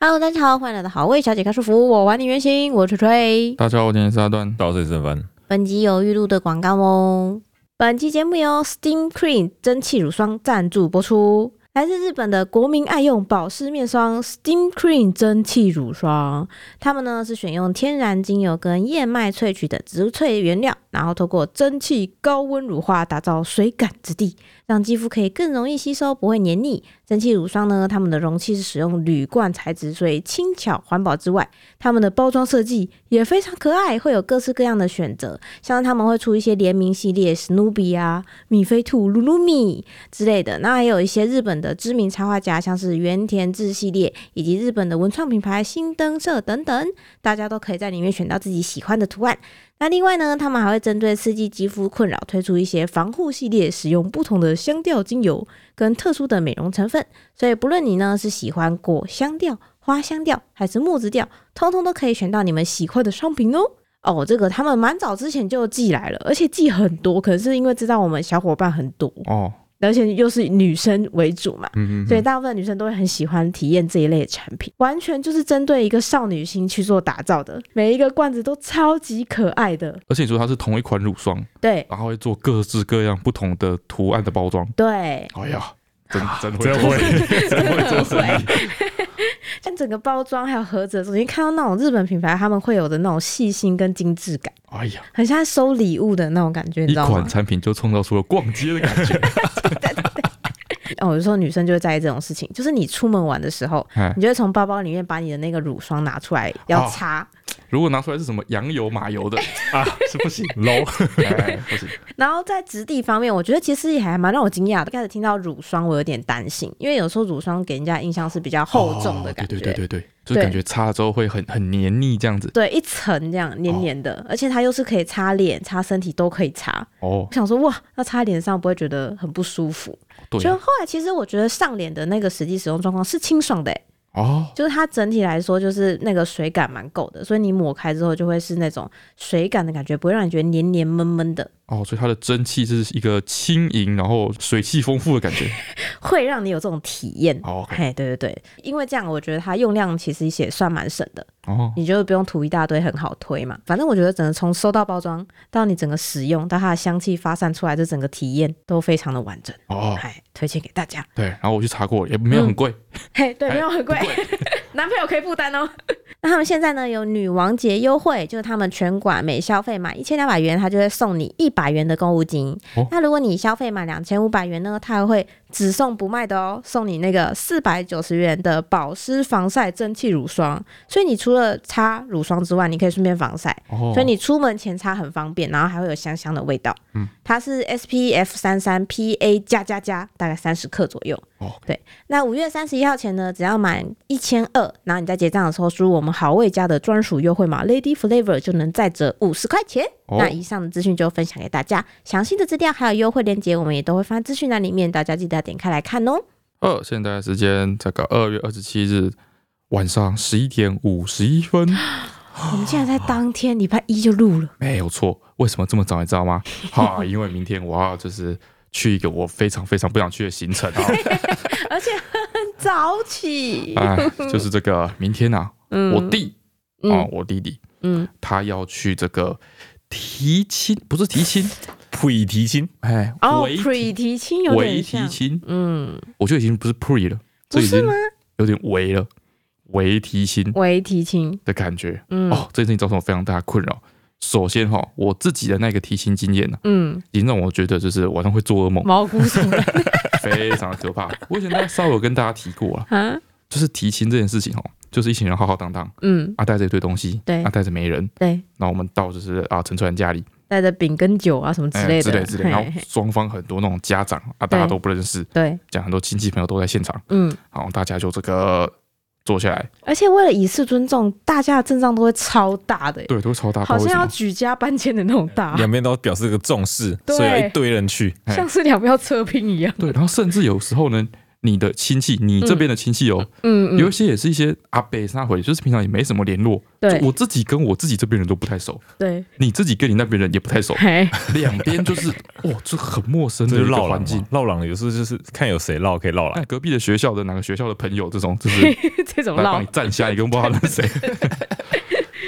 Hello，大家好，欢迎来到好味小姐开束缚，我玩你原型，我是锤锤。大家好，我今天是阿段。到最正番，本集有预录的广告哦。本期节目由 Steam Cream 蒸汽乳霜赞助播出，来自日本的国民爱用保湿面霜 Steam Cream 蒸汽乳霜。它们呢是选用天然精油跟燕麦萃取的植物萃原料，然后透过蒸汽高温乳化，打造水感质地，让肌肤可以更容易吸收，不会黏腻。蒸汽乳霜呢，它们的容器是使用铝罐材质，所以轻巧环保之外，它们的包装设计也非常可爱，会有各式各样的选择，像是他们会出一些联名系列，Snoopy 啊、米菲兔、鲁鲁米之类的。那还有一些日本的知名插画家，像是原田智系列，以及日本的文创品牌新登社等等，大家都可以在里面选到自己喜欢的图案。那另外呢，他们还会针对刺激肌肤困扰推出一些防护系列，使用不同的香调精油跟特殊的美容成分。所以不论你呢是喜欢果香调、花香调还是木质调，通通都可以选到你们喜欢的商品哦。哦，这个他们蛮早之前就寄来了，而且寄很多，可能是因为知道我们小伙伴很多，哦，而且又是女生为主嘛，嗯所以大部分女生都会很喜欢体验这一类的产品，完全就是针对一个少女心去做打造的，每一个罐子都超级可爱的，而且你说它是同一款乳霜，对然后会做各式各样不同的图案的包装。对，哎呀，真真会真做 生意，会，真会做生意。 像整个包装还有盒子的时候，你看到那种日本品牌他们会有的那种细心跟精致感，哎呀，很像在收礼物的那种感觉，你一知道吗款？产品就创造出了逛街的感觉。哦，有时候女生就会在意这种事情，就是你出门玩的时候， 哎你就会从包包里面把你的那个乳霜拿出来要哦擦，如果拿出来是什么羊油、马 油的，啊，是 不行，low，哎，不行，然后在质地方面，我觉得其实也还蛮让我惊讶的。一开始听到乳霜，我有点担心，因为有时候乳霜给人家印象是比较厚重的感觉，哦对对对对对，就是感觉擦了之后会很很黏腻这样子。对一层这样黏黏的，而且它又是可以擦脸、擦身体都可以擦。哦我，想说，哇，那擦脸上不会觉得很不舒服？对啊就，后来其实我觉得上脸的那个实际使用状况是清爽的、欸，哦，就是它整体来说就是那个水感蛮够的，所以你抹开之后就会是那种水感的感觉，不会让你觉得黏黏闷闷的，哦，所以它的蒸汽是一个轻盈，然后水汽丰富的感觉。会让你有这种体验。哦，OK 嘿，对对对，因为这样我觉得它用量其实也算蛮省的，哦，你就不用涂一大堆，很好推嘛。反正我觉得整个从收到包装到你整个使用到它的香气发散出来，这整个体验都非常的完整。哦，哎，推荐给大家。对，然后我去查过，也没有很嗯贵，嘿，对，没有很贵， 男朋友可以负担哦。 那他们现在呢有女王节优惠，就是他们全馆每消费满一千两百元，他就会送你一百元的购物金。哦那如果你消费满两千五百元呢，他还会只送不卖的哦，送你那个四百九十元的保湿防晒蒸汽乳霜。所以你除了擦乳霜之外，你可以顺便防晒。哦，所以你出门前擦很方便，然后还会有香香的味道。嗯，它是 SPF 三三 PA 加加加，大概三十克左右。哦对，那五月三十一号前呢，只要满一千二，然后你在结账的时候输入我们好味家的专属优惠码 Lady Flavor，就能再折五十块钱。哦那以上的资讯就分享给大家，详细的资料还有优惠链接，我们也都会放在资讯栏里面，大家记得要点开来看哦。二，现在时间这个二月二十七日晚上十一点五十一分，啊我们竟然在当天礼拜一就录了，没有错。为什么这么早，你知道吗？哈，因为明天我要就是去一个我非常非常不想去的行程 啊，而且很早起。哎，就是这个明天啊，嗯我弟啊、嗯我弟弟嗯，他要去这个提亲，不是提亲， pre 提亲，哎，哦微，pre 提亲有微点提像，亲，嗯，我觉得已经不是 pre 了，这不已是经吗？有点微了，微提亲微提亲，的感觉。嗯哦，这件事情造成我非常大的困扰。首先哈、我自己的那个提亲经验呢、啊嗯，已经让我觉得就是晚上会做噩梦，毛骨悚 然非常的可怕。我以前大概稍微有跟大家提过了，啊，就是提亲这件事情哦，就是一群人浩浩荡荡嗯，啊，带着一堆东西，对啊，带着没人，对，然后我们到就是啊陈川家里，带着饼跟酒啊什么之哎、类之的，类之类，然嘿后嘿双方很多那种家长啊，大家都不认识，对，讲很多亲戚朋友都在现场，嗯，好，大家就这个坐下来，而且为了以示尊重，大家的阵仗都会超大的，欸对，都会超大，好不知像道要为什么举家搬迁的那种大，两边都表示个重视，啊对所以要一堆人去。哎像是两边要车拼一样。对，然后甚至有时候呢，你的亲戚，你这边的亲戚哦，嗯有一嗯，些也是一些阿伯撒回，就是平常也没什么联络，对就我自己跟我自己这边人都不太熟，对，你自己跟你那边人也不太 熟，嘿，两边就是哇，这很陌生这的就一个绕环狼境嘛。，绕狼有时候就是看有谁绕可以绕狼那，隔壁的学校的哪个学校的朋友，这种就是 这种来帮浪你，站下一个，不知道他 是谁，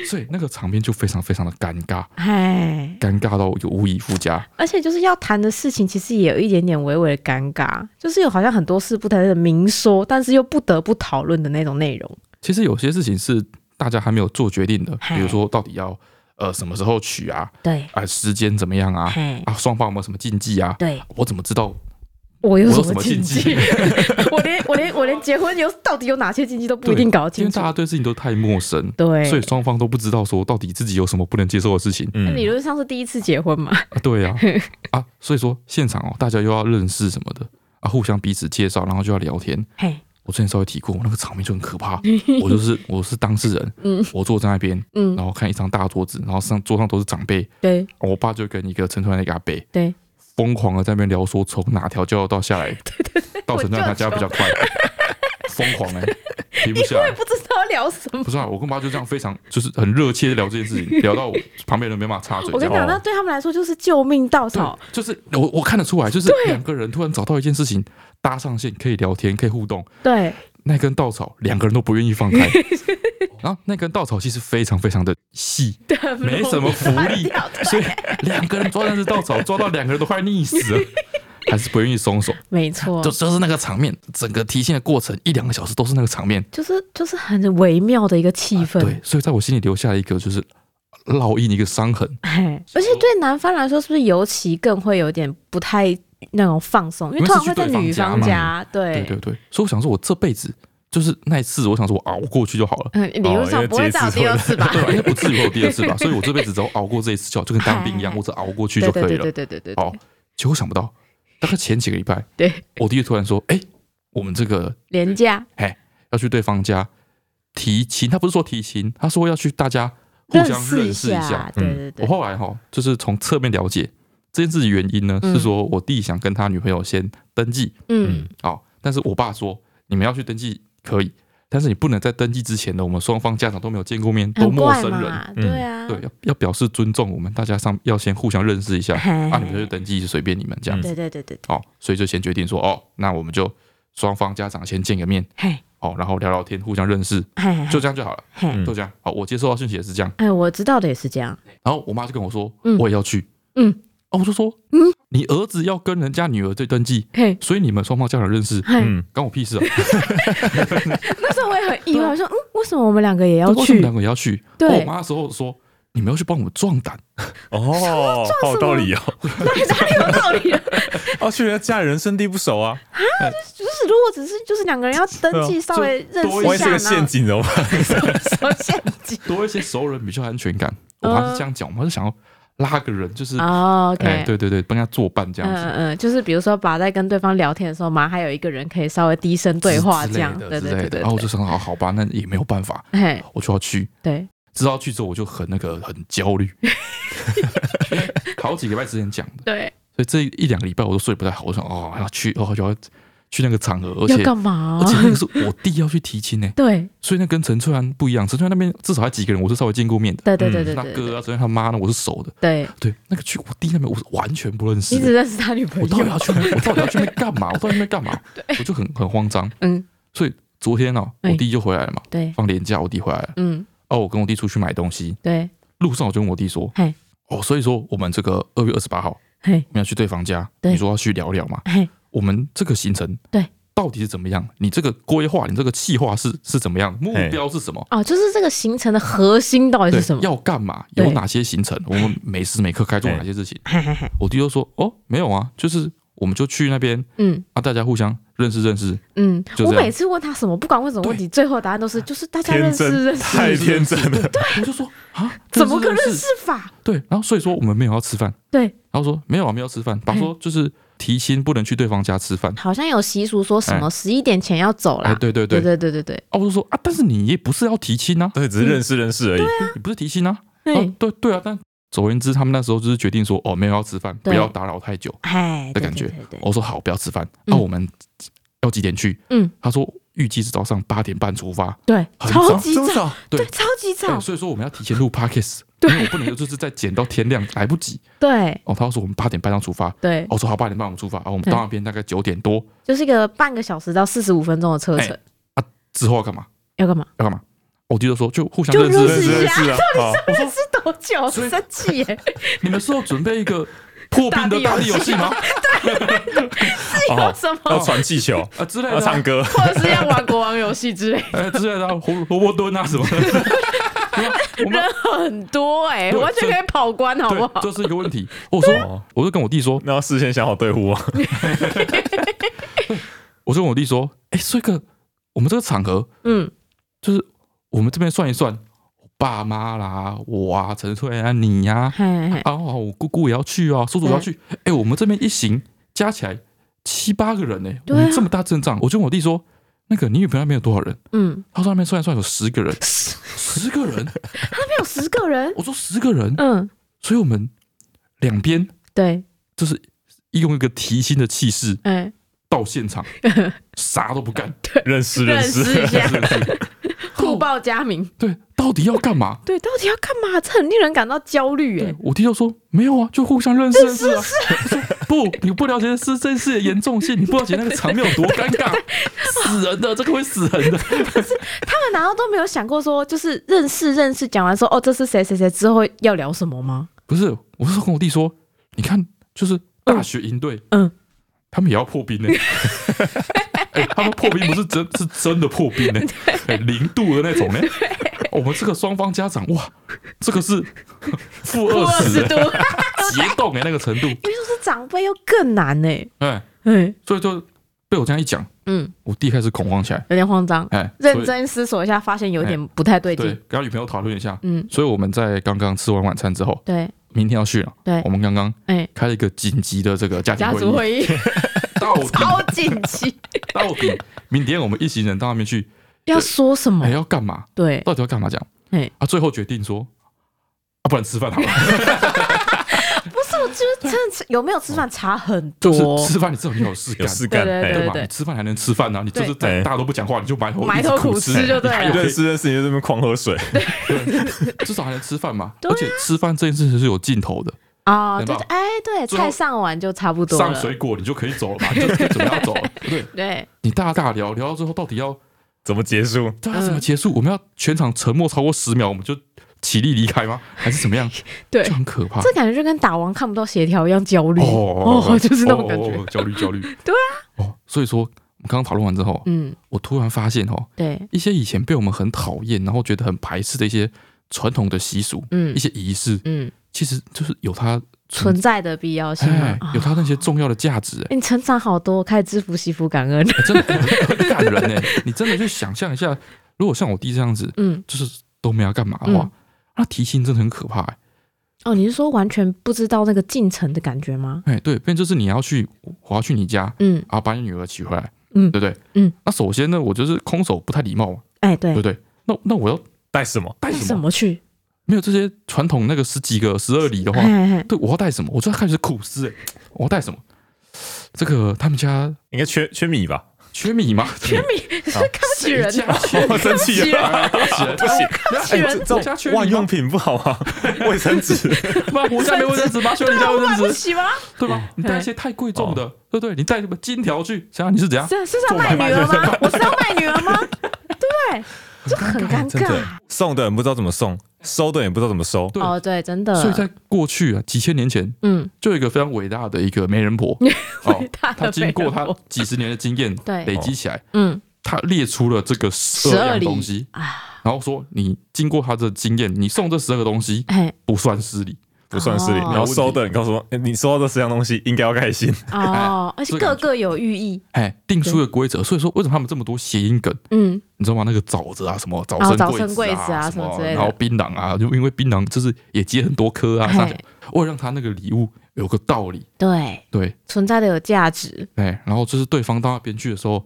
所以那个场面就非常非常的尴尬，哎，尴尬到有无以复加。而且就是要谈的事情，其实也有一点点微微的尴尬，就是有好像很多事不太的明说，但是又不得不讨论的那种内容。其实有些事情是大家还没有做决定的，嘿比如说到底要呃什么时候娶啊，对，啊、时间怎么样啊，嘿，啊双方有没有什么禁忌啊？对我怎么知道我有我什有什么么禁禁忌忌？？ 我连我连我 连结婚有到底有哪些禁忌都不一定搞得因清为楚大。家对事情都太陌生，对，所以双方都不知道说到底自己有什么不能接受的 事情。嗯理论上是第一次结婚嘛，啊对呀、啊，啊，所以说现场哦，大家又要认识什么的啊，互相彼此介绍，然后就要聊天。嘿，我之前稍微提过，那个场面就很 可怕。我就是我是当事人，嗯我坐在那边，嗯，然后看一张大桌子，然后上桌上都是长辈，对 我爸就跟一个陈川那个阿伯对，疯狂的在那边聊说从哪条交流道 下来，到陈川他家比较快，疯狂哎、停不下来。不知道聊什么。不是啊，我跟爸就这样非常就是很热切的聊这件事情，聊到我旁边人没办法插嘴。我这跟样你讲，哦那对他们来说就是救命稻草。对，就是我我看得出来，就是两个人突然找到一件事情搭上线，可以聊天，可以互动，对，那根稻草两个人都不愿意放 开。然后那根稻草其实非常非常的细，啊没什么浮力，所以两个人抓那只稻草，抓到两个人都快溺死了，还是不愿意松手。没错就，就是那个场面，整个提线的过程一两个小时都是那个场面。就是就是很微妙的一个气氛啊对。，所以在我心里留下了一个就是烙印一个伤痕。嘿，而且对男方来说，是不是尤其更会有点不太那种放松？因为因为通常是会去在对方女家方嘛家，对对对，所以我想说，我这辈子就是那一次，我想说我熬过去 就好了。嗯，理哦论上不会再有第二次吧？对吧？应该不至于会有第二次吧？所以我这辈子只要熬过这一次就好，就跟当兵 一样，我只熬过 去对就对可对以了对。对对对，好，结果想不到，大概前几个礼拜， 对，我弟突然说：“哎，我们这个廉价要去对方家提亲，他不是说提亲，他说要去大家互认相认识识一一下。嗯哦下，对对”对，我后来哈，就是从侧面了解这件事情原因呢，嗯是说我弟想跟他女朋友先登记，嗯，哦，但是我爸说你们要去登记可以，但是你不能在登记之前呢，我们双方家长都没有见过面，都很陌怪生人，嗯嘛，对啊，对，要要表示尊重，我们大家上要先互相认识一下， 嘿啊，你们就去登记，就随便你们这样子，对对对对对，哦，所以就先决定说，哦，那我们就双方家长先见个面，嘿，哦，然后聊聊天，互相认识，嘿，就这样就好了，嘿，嗯就这样，好，我接收到讯息也是这样，哎，我知道的也是这样，然后我妈就跟我说，嗯我也要去，嗯，哦，我就说，嗯，你儿子要跟人家女儿对登记，嘿，所以你们双方家长认识，嘿，嗯，关我屁事啊。那时候我也很意外，我说嗯，为什么我们两个也要为什么去两？个也要去？哦对我妈那时候说。你们要去帮我们壮胆，哦，好有道理哦， 哪里有道理啊？哦，去人家家人生地不熟啊， 就是如果只是就是两个人要啊登记，对啊稍微认识万一一是下个陷呢？ 阱哦，什么陷 阱多一些熟人比较有安全感。我嗯妈是这样讲，我妈是想要拉个人，就是哎、哦？OK，对对对，帮她作伴这样嗯嗯子，嗯，就是比如说，把在跟对方聊天的时候嘛，还有一个人可以稍微低声对话，之这类样，的对对之对类的。对然后我对，就想，好好吧，那也没有办法，嘿，我就要去。对，知道去之后，我就很那个很焦虑， 好几个礼拜之前讲的，对，所以这一两个礼拜我都睡不太好。我想哦，要去哦，要去那个场合，而要且干嘛而？且那个是我弟要去提亲呢、对所以那跟陈翠兰不一样。陈翠兰那边至少还几个人，我是稍微见过面的。对对对嗯对那对哥对啊，昨天他妈呢，我是熟的。对，对，那个去我弟那边，我是完全不认识你只的。认识他女朋我到底友，要去那？我到底要去那干 嘛？我到底那干嘛？我就很很慌张。嗯，所以昨天哦，哎我弟就回来了嘛，对，放年假，我弟回来了。嗯，哦，我跟我弟出去买东西，对，路上我就跟我弟说嘿，哦，所以说我们这个二月二十八号嘿，我们要去对方家，对你说要去聊聊嘛？嘿，我们这个行程对到底是怎么样？你这个规划，你这个计划是是怎么样？目嘿标是什么？哦，就是这个行程的核心到底对是什，么？要干嘛？对有哪些行程？我们每时每刻该做哪些事情？嘿嘿嘿， 我弟就说：“哦，没有啊，就是我们就去那边嗯啊，大家互相认识认识。嗯，就我这样每次问他什么，不管问什么问题，最后答案都是就是大家天认识真，认识，太天真 了，”我就说：“啊，怎么个认识识？法？对，然后所以说我们没有要吃饭。对，然后说没有啊，没有要吃饭。爸说就是提亲不能去对方家吃饭。好像有习俗说什么十一点前要走哎，啦，对对对。对啊，对对对对，我就说啊，但是你也不是要提亲啊，对，只是认识认识而已，你不是提亲啊。对哦，，对对啊，但总而言之，他们那时候就是决定说，哦，没有要吃饭，对不要打扰太久。哎的感觉哦对对对对我说好，不要吃饭。嗯那我们要几点去？嗯，他说预计是早上八点半出发，对，很超早级这么早，早，对对，超级哎早，所以说我们要提前录 podcast，因 对为我不能就是再剪到天亮来不及。对哦，他说我们八点半要出发，哦对，我说好，八点半我们出发，然后啊我们到那边大概九点多就是一个半个小时到四十五分钟的车哎程，之后要干嘛？要干嘛？要干嘛？我弟就说就互相就认识认认识识，认 识啊，好我说是多久？所以生气耶！你们是要准备一个破冰的打打地地游游戏戏吗？有哦 什要么？传气球，啊之类要的啊唱，歌，或者是要玩国王游戏之类，呃之类的啊胡萝卜蹲啊什 么的。对啊 我们人很多哎，对完全可以跑关，好不对，好？这是一个问题。我说，我就跟我弟说，哦那要事先想好队 伍啊。我就跟我弟说，哎，这个我们这个场合，嗯，就是我们这边算一算，我爸妈啦，我啊，陈翠啊，你呀、嘿嘿嘿，啊，啊，我姑姑也要去啊，叔叔也要去。哎、我们这边一行加起来七八个人呢、我对啊们这么大阵仗，我就跟我弟说，那个你女朋友那边有多少人？嗯，他说那边算一算有十个 人，十十个人。那边有十个人，我说十个人，嗯，所以我们两边对，就是用一个提心的气势哎，到现 场，啥都不干，认识认认识，识一下， 互到报家名。对，到底要干嘛？对，到底要干嘛？这很令人感到焦虑对哎。我弟就说没有啊，就互相认识认识啊。我说 不，你不了解是这事的严重性，你不了解那个场面有多尴尬， 死人的，这个会死人的。 他们难道都没有想过说，就是认识认识，讲完说哦，这是谁谁谁之后要聊什么吗？不是，我是跟我弟说，你看，就是大学营队，嗯，他们也要破冰 呢、哎他们破冰不是真是真的破冰呢、哎零度的那种呢、哦我们这个双方家长哇，这个 是负负二二十十度，结冻哎那个程度， 因为都是长辈又更难哎。哎，哎，所以就被我这样一讲，嗯，我弟开始恐慌起来，有点慌张，哎，所以哎认真思索一下，发现有点不太对对劲。，跟他女朋友讨论一下。嗯，所以我们在刚刚吃完晚餐之后，对，明天要去了。对我们刚刚哎，开了一个紧急的这个家庭家会族议，会议 到底超紧急，到底明天我们一行人到那边去， 要说什么哎，？要干嘛？对，到底要干嘛？讲哎，啊，最后决定说，啊，不然吃饭好了，不是，我觉得真的是有没有吃饭差很 就多，是吃饭你至少你有事 有干。事干，对对哎对吧？你吃饭还能吃饭啊？你就是对在大家都不讲话，你就埋头埋头一直苦苦吃就对了你还有认识认识，你就这边狂喝水，至少还能吃饭嘛。对啊而且吃饭这件事情是有尽头的，啊，对对，吧对哎，对，最后菜上完就差不多上了，水果你就可以走了嘛，你就可以准备要走了。对，对，你大家大聊聊到最后，到底要怎么结束？这要怎么结束？我们要全场沉默超过十秒，我们就起立离开吗？还是怎么样？对就很可怕。这感觉就跟打王看不到协调一样焦虑哦哦，就是那种感哦觉哦，焦虑焦虑。对啊，哦，所以说我们刚刚讨论完之后，嗯，我突然发现哦，对，一些以前被我们很讨厌，然后觉得很排斥的一些传统的习俗、嗯一些仪式，嗯，其实就是有它存在的必要性哎嘛，啊有它那些重要的价值。哎欸你成长好多，开始知福惜福感 恩，哎真的很很感人哎！你真的去想象一下，如果像我弟这样子，嗯，就是都没要干嘛的话嗯，那提薪真的很可怕哎。哦，你是说完全不知道那个进程的感觉吗？哎，对，变成就是你要去，我要去你家，嗯，啊，把你女儿娶回来，嗯对不对？嗯，那首先呢，我就是空手不太礼貌嘛，哎，对对不，对？那那我要带什么？带带什什么？么去？没有这些传统那个十几个、十二礼的话哎，哎，哎对我要带什么？我就要开始苦思，哎，我要带什么？这个他们家应该缺缺 米吧？缺米吗？缺米看不起人啊啊哦谁家缺米我生气了，啊？对不起 不行，缺人哎这这家缺米吗种万用品不好吗？卫生纸，不然我家没卫生纸 吗？缺你家卫生纸，起吗？对吧？你带一些太贵重嗯的，对不对？你带什么金条去？想想你是怎样？是是要卖女儿吗？我是要卖女儿吗？ 对，就很尴真的尬。送的人不知道怎么送，收的人也不知道怎么收。对哦，对，真的。所以在过去啊，几千年前，嗯，就有一个非常伟大的一个媒 人婆，哦，大的他经过美他国几十年的经验对累积起来，嗯他列出了这个十12二样礼东西，啊，然后说你经过他的经验，你送这十二个东西 哎不算失礼。不算失礼。哦然后收的，你告诉我，哎你收到这四样东西应该要开心。哦，而且这个个感觉个有寓意。哎，定出了规则，所以说为什么他们这么多谐音梗，嗯，你知道吗？那个枣子啊，什么枣哦生早贵生贵子子啊，啊什什么么，之类的然后槟榔啊，就因为槟榔就是也结很多颗啊，大小嘿为了让他那个礼物有个道理，对，对，存在的有价值。哎，然后就是对方到那边去的时候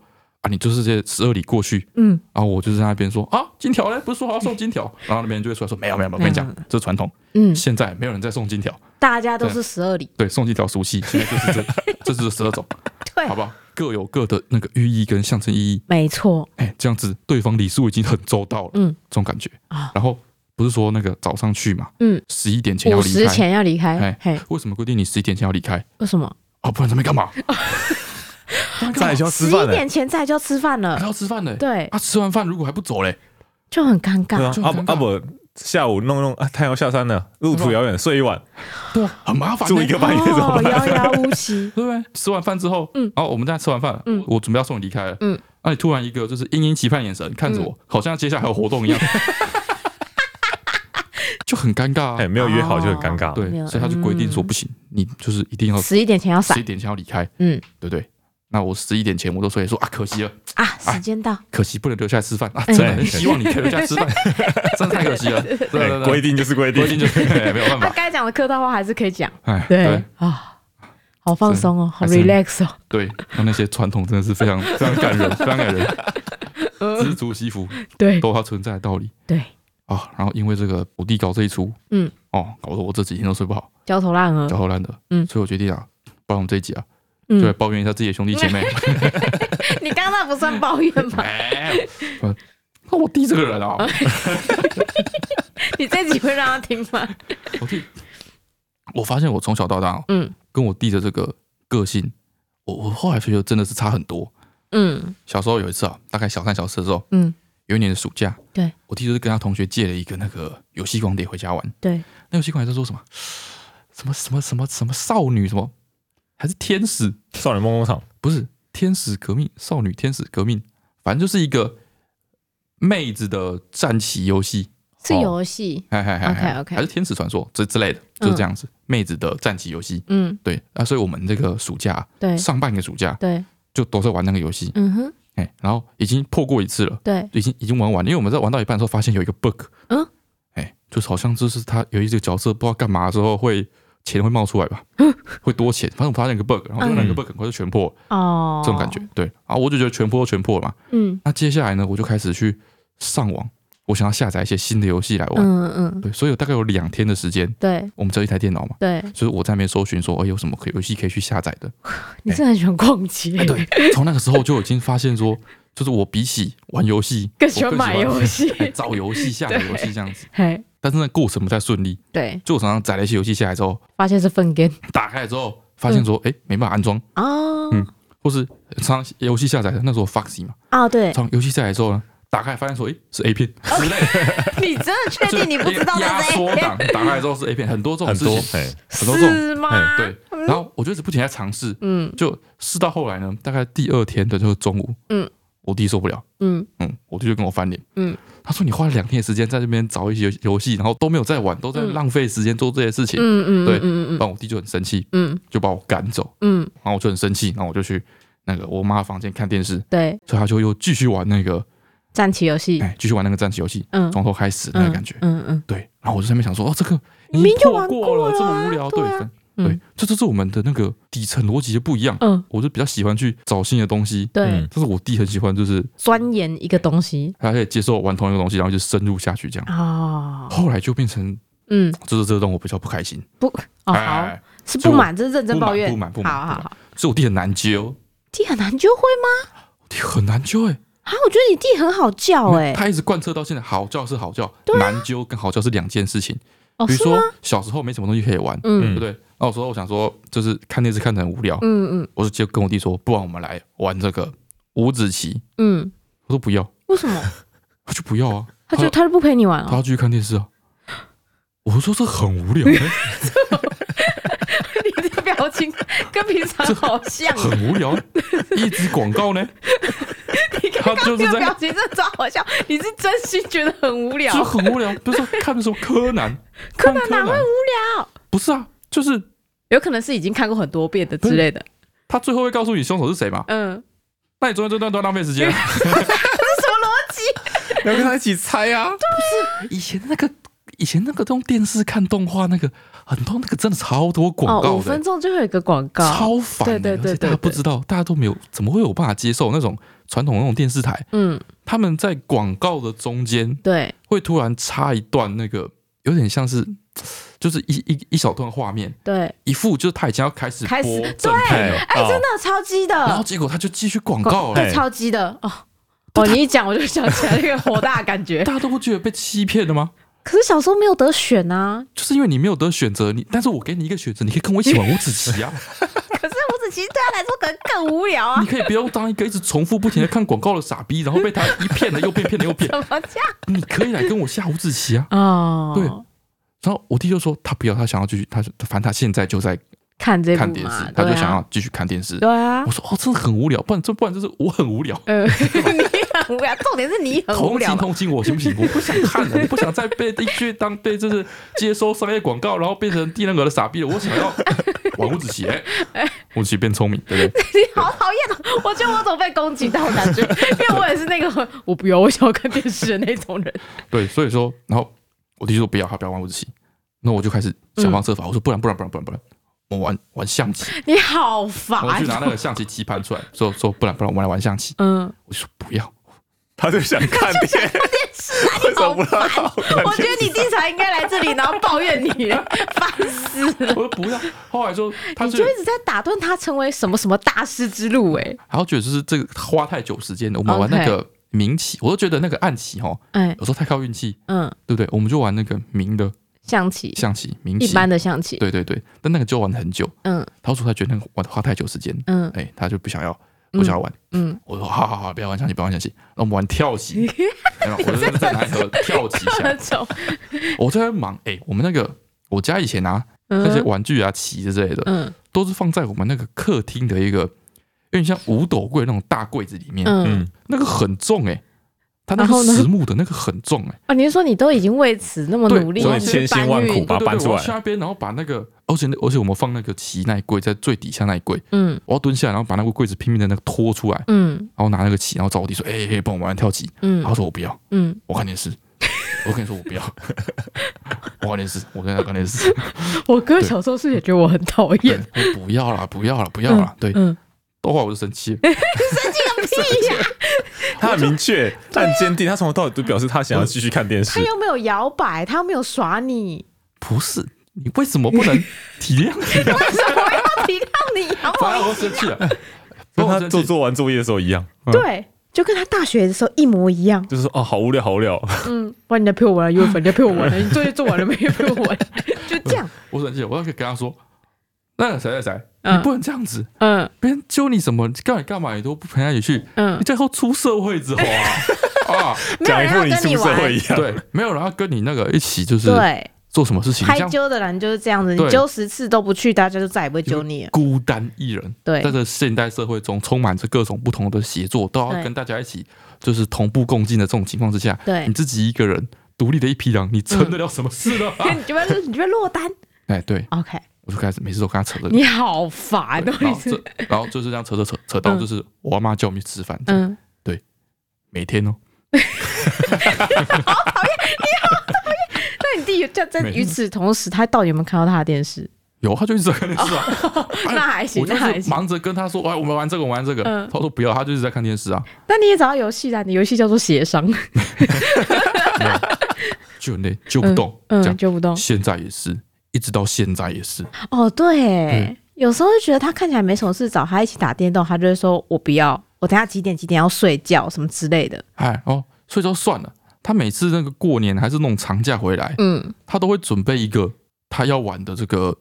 啊，你就是这十二礼过去，嗯，然后我就在那边说啊，金条嘞，不是说好要送金条，然后那边就会出来说没有没有没有，我跟你讲嗯，这是传统，嗯，现在没有人在送金条，大家都是十二里， 对，送金条熟悉，现在就是这，这就是十二种，对好，不好？各有各的那个寓意跟象征意义。没错，哎、这样子对方礼数已经很周到了，嗯这种感觉啊然后不是说那个早上去嘛，嗯，十一点前要五离十开，前要离开哎，嘿，为什么规定你十一点前要离开？为什么？啊，不然在那边干嘛？再来就要吃十饭一了、点前再就吃饭还 了，要吃饭呢、呃对，啊，吃完饭如果还不走嘞，就很尴对尬。啊就，阿很尴尬阿伯下午弄弄啊，太阳下山了，路途遥远，睡一晚，对啊，很麻烦、欸。。住一个半夜怎么哦，办？遥遥无期 对不对？吃完饭之后，嗯嗯，然后我们大家吃完饭，嗯嗯，我准备要送你离开了，嗯嗯，那你突然一个就是殷殷期盼眼神看着我，好像接下来还有活 动一样，就很尴尬、哎、啊。没有约好就很尴尬。对没有，所以他就规定说嗯不行，你就是一定要十一点前要十散一点前要离开，嗯嗯，对不对？那我十一点前我都所以说啊，可惜 了，啊，时间到，可惜不能留下来吃饭啊，哎真的嗯很希望你可以留下来吃饭， 真的太可惜了，对哎对规对，定就是规定，规定就哎没有 办他法，该讲的客套话还是可以讲。哎，对啊，好放松哦，好还是 relax 哦。 对，那那些传统真的是非常非常感人，非常感 人，嗯知足惜福对 都有它存在的道理对，啊。然后因为这个我弟搞这一出，嗯，哦，搞得我这几天都睡不好，焦头烂额焦。头烂额，嗯所以我决定啊，不然我们这一集啊，就来嗯，抱怨一下自己的兄弟姐妹。 你刚刚那不算抱怨 吧？哎，我那我弟这个人啊， 你这集会让他听吗？我弟，我发现我从小到大哦嗯跟我弟的这个个性，我我后来觉得真的是差很多。嗯小时候有一次啊，大概小三小四的时候，嗯，有一年的暑假，对我弟就是跟他同学借了一个那个游戏光碟回家玩。对，那游戏光碟在说什么？什么什么什么什么少女什么？还是天使？少年梦工厂，不是天使革命，少女天使革命，反正就是一个妹子的战棋游戏。是哦游戏。嗨嗨嗨嗨 OK，OK 还是天使传说这之类的，就是这样子。妹子的战棋游戏，嗯，对啊，所以我们这个暑假对上半个暑假对，就都在玩那个游戏，嗯哼，哎，然后已经破过一次了。对，已经已经玩完了，因为我们在玩到一半的时候发现有一个 bug，嗯嗯，哎，就是好像就是他有一个角色不知道干嘛的时候会钱会冒出来吧，会多钱，反正我发现一个 bug，然后嗯那个 bug 很快就全破了，哦，这种感觉，，对，然后我就觉得全破都全破了嘛，嗯那接下来呢，我就开始去上网，我想要下载一些新的游戏来玩，嗯嗯，对，所以有大概有两天的时间，对我们只有一台电脑嘛。对，就是我在那边搜寻说，哎、有什么可以游戏可以去下载 的？你真的很喜欢逛街，哎，对，从那个时候就已经发现说，就是我比起玩游戏，更喜欢我买游 戏哎找游戏、下载游戏这样子。嘿，但是那过程不太顺利，对，就我常常载了一些游戏下来之后，发现是粪根打开了之后发现说，嗯哎、没办法安装，哦嗯或是常常游戏下载的那时候 Foxy 嘛，哦， 对，哦从游戏下载之后呢，打开发现说，哎、是 A 片之类的，你真的确定你不知道就是压那是 A 缩片档，打开之后是 A 片，很多这种很事多情，哎、很多这种是啊嗯吗？哎对。然后我就一直不停地在尝试，嗯就试到后来呢，大概第二天的就是中午，嗯，我弟受不了，嗯嗯，我弟就跟我翻脸，嗯，他说你花了两天的时间在这边找一些游游戏，然后都没有在玩，都在嗯浪费时间做这些事情，嗯嗯对嗯嗯然后我弟就很生气，嗯就把我赶走，嗯，然后我就很生气，然后我就去那个我妈房间看电视，对，所以他就又继续玩那个，战棋游戏，哎，继续玩那个战棋游戏，嗯从头开始嗯那个感觉，嗯嗯，对，然后我就在那边想说，哦，这个明明就破玩过过了，了这啊么无聊，对啊对，嗯对，这就是我们的那个底层逻辑就不一样，嗯，我就比较喜欢去找新的东西，对嗯，但是我弟很喜欢，就是钻研一个东西他可以接受玩同一个东西，然后就深入下去这样。哦，后来就变成，嗯，就是这个让我比较不开心。哦哎好，哎是不满，这是认真抱怨，不满不满不满好好不好，所以我弟很难揪，弟很难就会吗？我弟很难揪哎、啊，我觉得你弟很好叫哎，嗯啊他一直贯彻到现在，好叫是好叫，难揪跟好叫是两件事情。哦比如是说吗？小时候没什么东西可以玩，对嗯不对？那我说我想说，就是看电视看的很无聊，嗯嗯我就就跟我弟说，不然我们来玩这个五子棋。嗯，我说不要，为什么？他就不要啊，他就他就不陪你玩哦他了，要继续看电视啊。我说这很无 聊、欸， 你的表情跟平常好像哦很无聊，一支广告呢，他就是 这个这表样，情真的超好笑，你是真心觉得很无聊就，很无聊。比如说看什么柯南，柯看南哪会无聊？不是啊，就是有可能是已经看过很多遍的之类的。他最后会告诉你凶手是谁嘛？嗯， 那你中间这段都在浪费时间啊。这什么逻辑？要跟他一起猜啊！以前那个以前那个用电视看动画那个很多那个真的超多广哦，五告的、分钟就会有一个广告，超烦的、对对对而且大家对对不知道，大家都没有怎么会有办法接受那种传统那种电视台，嗯，他们在广告的中间对，会突然插一段那个有点像是就是一一一小段画面，对，一副就是他已经要开始开始播正片了，哎、哦真的超鸡的，然后结果他就继续广告了哎对，超鸡的哦。哦，你一讲我就想起来那个火大的感 觉。大家都不觉得被欺骗了吗？可是小时候没有得选啊，就是因为你没有得选择，你但是我给你一个选择，你可以跟我一起玩五子棋 啊， 可是五子棋对他来说可能更无聊啊你。可以不用当一个一直重复不停的看广告的傻逼，然后被他一骗了又骗，骗了又骗，怎么这样？你可以来跟我下五子棋啊。哦，对然后我弟就说他不要，他想要继续，他反正他现在就在看这部看电视嘛，，他就对啊想要继续看电视。对啊我，说哦，真的很无聊，不然这不然就是我很无聊。呃， 你很无聊，重点是你很无同聊情吧。同情我行不行？我不想看了，我不想再被去当被就是接收商业广告，然后变成地那个的傻逼了。我想要玩五子棋， 哎五子棋变聪明，对不对？你好讨厌哦！我觉得我总被攻击到的感觉，因为我也是那个我不要，我想要看电视的那种人。对，所以说，然后我弟就说不要，他不要玩五子棋，那我就开始想方设法，我说不然不然不然不然不然，我玩玩象棋， 你好我烦去拿那哦。个象棋棋盘出来，说说不然不然我们来玩象棋，嗯，我就说不要，他就想看电视，为什么不让 他 看我觉电得你弟才应该来这里，然后抱怨你， 烦死了 我。说不要。后来说他你就就一直在打断他成为什么什么大师之路、欸，然后觉得就是这个花太久时间了，我们玩那个明棋，我都觉得那个暗棋哦，哎，哎，有时候太靠运气。嗯，对不对？我们就玩那个明的象棋，象棋，明一棋。般的象棋，对对对，但那个就玩很久。嗯他说他觉得那个玩花太久时间， 嗯哎、他就不想要，不想要玩。嗯，我说好好好，不要玩象棋，不要玩象棋，那我们玩 跳棋。然后我就在拿一盒跳棋下那来，种，我在那边忙。哎、我们那个我家以前拿那些嗯玩具啊、棋之类的，嗯都是放在我们那个客厅的一个有点像五斗柜那种大柜子里面，嗯，嗯，那个很重哎、它那然后个呢实木的那个很重哎、啊，你是说你都已经为此那么对努力，所以去千辛搬万运苦吧把它对搬对出我来去那边，然后把那个，而且那而且我们放那个棋那一柜在最底下那一柜，嗯我要蹲下来，然后把那个柜子拼命的那个拖出来，嗯然后拿那个棋，然后找我弟说：“哎、欸、帮我玩跳棋。”他嗯说：“我不要，嗯，我看电视。”我跟你说，我不要，我看电视，我跟他看 电视，我哥小时候是也觉得我很讨对，厌，我不要啦，不要啦，不要啦，对，嗯，到后来我就生气了，屁呀，他很明确，他很坚定，他从头到尾都表示他想要继续看电视他。又没有摇摆，他又没有耍你，不是你为什么不能体谅 你？为什么要体谅你啊？ 反正我就生气了，跟我他生做气做完作业的时候一样，嗯，对，就跟他大学的时候一模一样。就是说哦，好无聊，好无聊。嗯，不然你在陪我玩又粉，你在陪我玩，你作业做完了没有陪我玩？ 就这样，我生气了，我要去跟他说，那个谁谁谁，嗯你不能这样子，嗯别人揪你什么，干你干嘛，你都不陪他一起去，嗯你，最后出社会之后 啊啊，没有讲人一要副你跟出社玩会一。样，对，没有人要跟你那个一起就是对，嗯做什么事情，这拍样揪的人就是这样子，你对揪十次都不去，大家就再也不会揪你了。孤单一人，对在这现代社会中充满着各种不同的协作，都对要跟大家一起就是同步共进的这种情况之下，对你，自己一个人独立的一匹狼，你撑得了什么事 呢？啊你就会你就会落单。哎，对 OK，我就开始每次都跟他扯这个。 你好烦哦，然你后是这，然后就是这样扯扯扯扯到，嗯就是我阿妈叫我们去吃饭，嗯，每天哦，那你弟有在在没与此同时，他到底有没有看到他的电视？有他就一直在看电视啊， 哎哦那还行我就那还是行忙着跟他说，哎，我们玩这个，我们玩这个嗯，他说不要，他就一直在看电视啊，那你也找到游戏啊啦，你游戏叫做协商，就很累，揪不动，这样嗯，揪不动。现在也是，一直到现在也是。哦，对耶嗯，有时候就觉得他看起来没什么事，找他一起打电动，他就会说我不要，我等下几点几点要睡觉什么之类的。哎哦，所以就算了。他每次那个过年还是那种长假回来，嗯，他都会准备一个他要玩的这个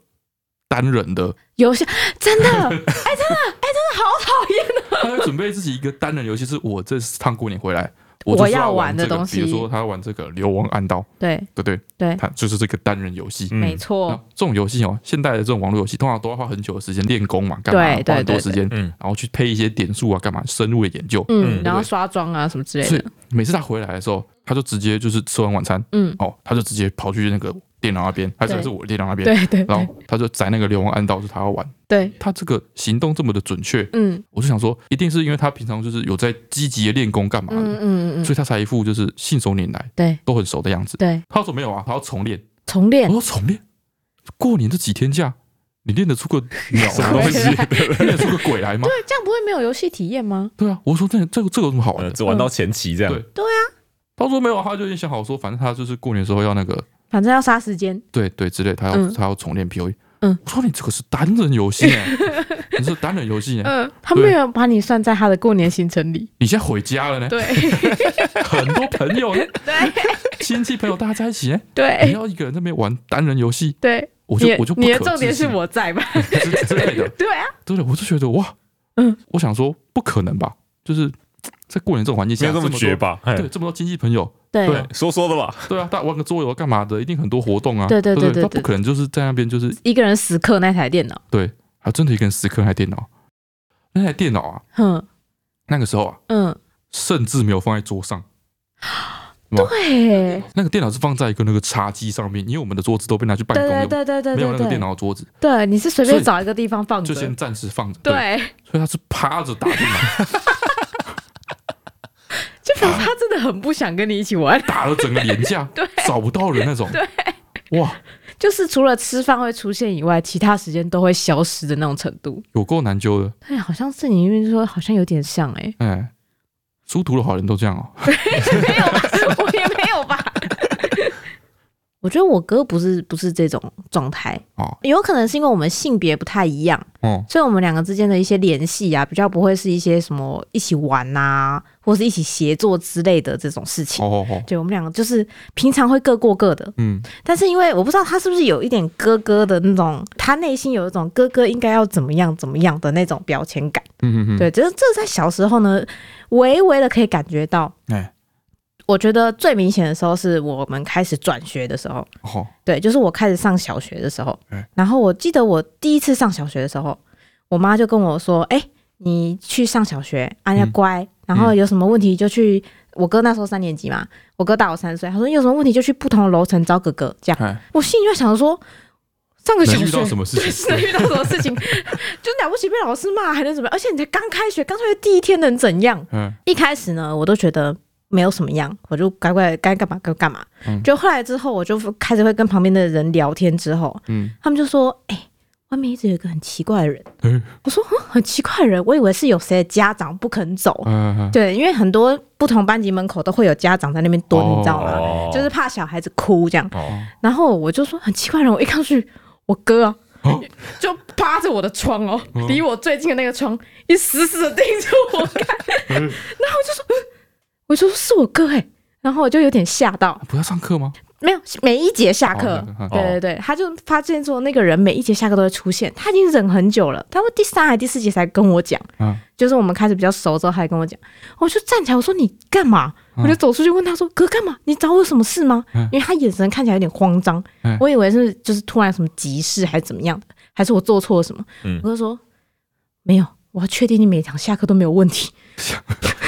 单人的，游戏真的，哎，真的，哎，真的好讨厌。他会准备自己一个单人游戏。是我这趟过年回来，我就是要玩玩的这个东西比如说他玩这个《流亡暗道》， 对对不对？对，他就是这个单人游戏。嗯没那错，这种游戏哦，现代的这种网络游戏通常都要花很久的时间练功嘛，干嘛对对花很多对时间，嗯，然后去配一些点数啊，干嘛深入的研究。嗯，嗯然后对刷妆啊什么之类所的以，每次他回来的时候，他就直接就是吃完晚餐，嗯，哦，他就直接跑去那个电脑那边，还对是是我的电脑那边，对对然对后他就在那个流亡暗道，就他要玩。对，他这个行动这么的准确，嗯我就想说，一定是因为他平常就是有在积极的练功干嘛嗯嗯的，嗯嗯，所以他才一副就是信手拈来，对都很熟的样子。对，他说没有啊，他要重练。重我练。说重练，哦过年这几天假，你练得出个 鸟什来么吗东西？练得出个鬼来吗？对，这样不会没有游戏体验吗？对啊，我说这这个这个有什么好玩 呃的？只玩到前期这样对，他说没有啊，他就已经想好说，反正他就是过年的时候要那个反正要杀时间，对对之类，他要、嗯他要重练 POE。嗯我说你这个是单人游 戏耶，你是单人游戏耶，嗯，他没有把你算在他的过年行程 里，你现在回家了呢，对很多朋友呢，对亲戚朋友大家在一起呢，你对要一个人在那边玩单人游戏，对，我就哎你我就不你的可重置点是信我在吧？之之类的，对啊，对，我就觉得哇，嗯，我想说不可能吧，就是在过年这种环境下，没有这这么绝多？吧？嘿对，这么多亲戚朋友，对啊对说说的吧，对啊，大家玩个桌游干嘛的，一定很多活动啊，对对对对不对他对不可能就是在那边就是一个人死磕那台电脑，啊，真的一个人死磕那台电脑，那台电脑啊，哼那个时候啊，嗯，甚至没有放在桌上，对那个电脑是放在一个那个茶几上面，因为我们的桌子都被拿去办公对用，对对对没有那对个对，电脑的桌子，对你是随所便以找一个地方放着就，先暂时放着，对，对，所以他是趴着 打电脑，就表示他真的很不想跟你一起 玩，打了整个廉价，找不到人那种，对，哇，就是除了吃饭会出现以外，其他时间都会消失的那种程度。有够难揪的，对，哎好像是你因为说，好像有点像哎、哎，殊途的好人都这样哦，没有吧？我也没有吧。 我觉得我哥不是不是这种状态，哦有可能是因为我们性别不太一样，哦，所以我们两个之间的一些联系啊，比较不会是一些什么一起玩啊，或是一起协作之类的这种事情。好好好，对，我们两个就是平常会各过各的，哦嗯，但是因为我不知道他是不是有一点哥哥的那种，他内心有一种哥哥应该要怎么样怎么样的那种标签感。嗯嗯嗯，对，就是这在小时候呢，微微的可以感觉到。哎，我觉得最明显的时候是我们开始转学的时候，好，对，就是我开始上小学的时候嗯。然后我记得我第一次上小学的时候，我妈就跟我说：“哎、你去上小学，啊，要嗯乖，然后有什么问题就去。”我哥那时候三年级嘛，我哥大我三岁，他说你有什么问题就去不同的楼层找哥哥，这样。哎，我心里就想说，上个小能遇到学什么事 是能情？遇到什么事情， 就了不起被老师骂还能怎么样？而且你才刚开学，刚开学第一天能怎样？嗯，一开始呢，我都觉得没有什么样，我就乖乖该干嘛该干嘛。嗯就后来之后，我就开始会跟旁边的人聊天，之后嗯，他们就说：“哎、外面一直有一个很奇怪的人。哎，我说：“嗯，很奇怪的人，我以为是有谁的家长不肯走。哎，对，因为很多不同班级门口都会有家长在那边蹲，哦你知道吗？哦就是怕小孩子哭这样。哦，然后我就说很奇怪，然后我一看去，我哥啊哦，就趴着我的窗哦，离我最近的那个窗，一死死的盯着我看， 然后我就说，嗯我就说是我哥哎、然后我就有点吓到，啊不要上课吗？没有每一节下课哦。那个对对对，他就发现说那个人每一节下课都会出现，他已经忍很久了，他会第三还第四节才跟我讲，嗯就是我们开始比较熟之后，他还跟我讲，我就站起来我说你干嘛？嗯我就走出去问他说哥干嘛？你找我有什么事吗？嗯因为他眼神看起来有点慌张嗯，我以为是就是突然什么急事还是怎么样的，还是我做错了什么？嗯我就说没有，我要确定你每堂下课都没有问 题。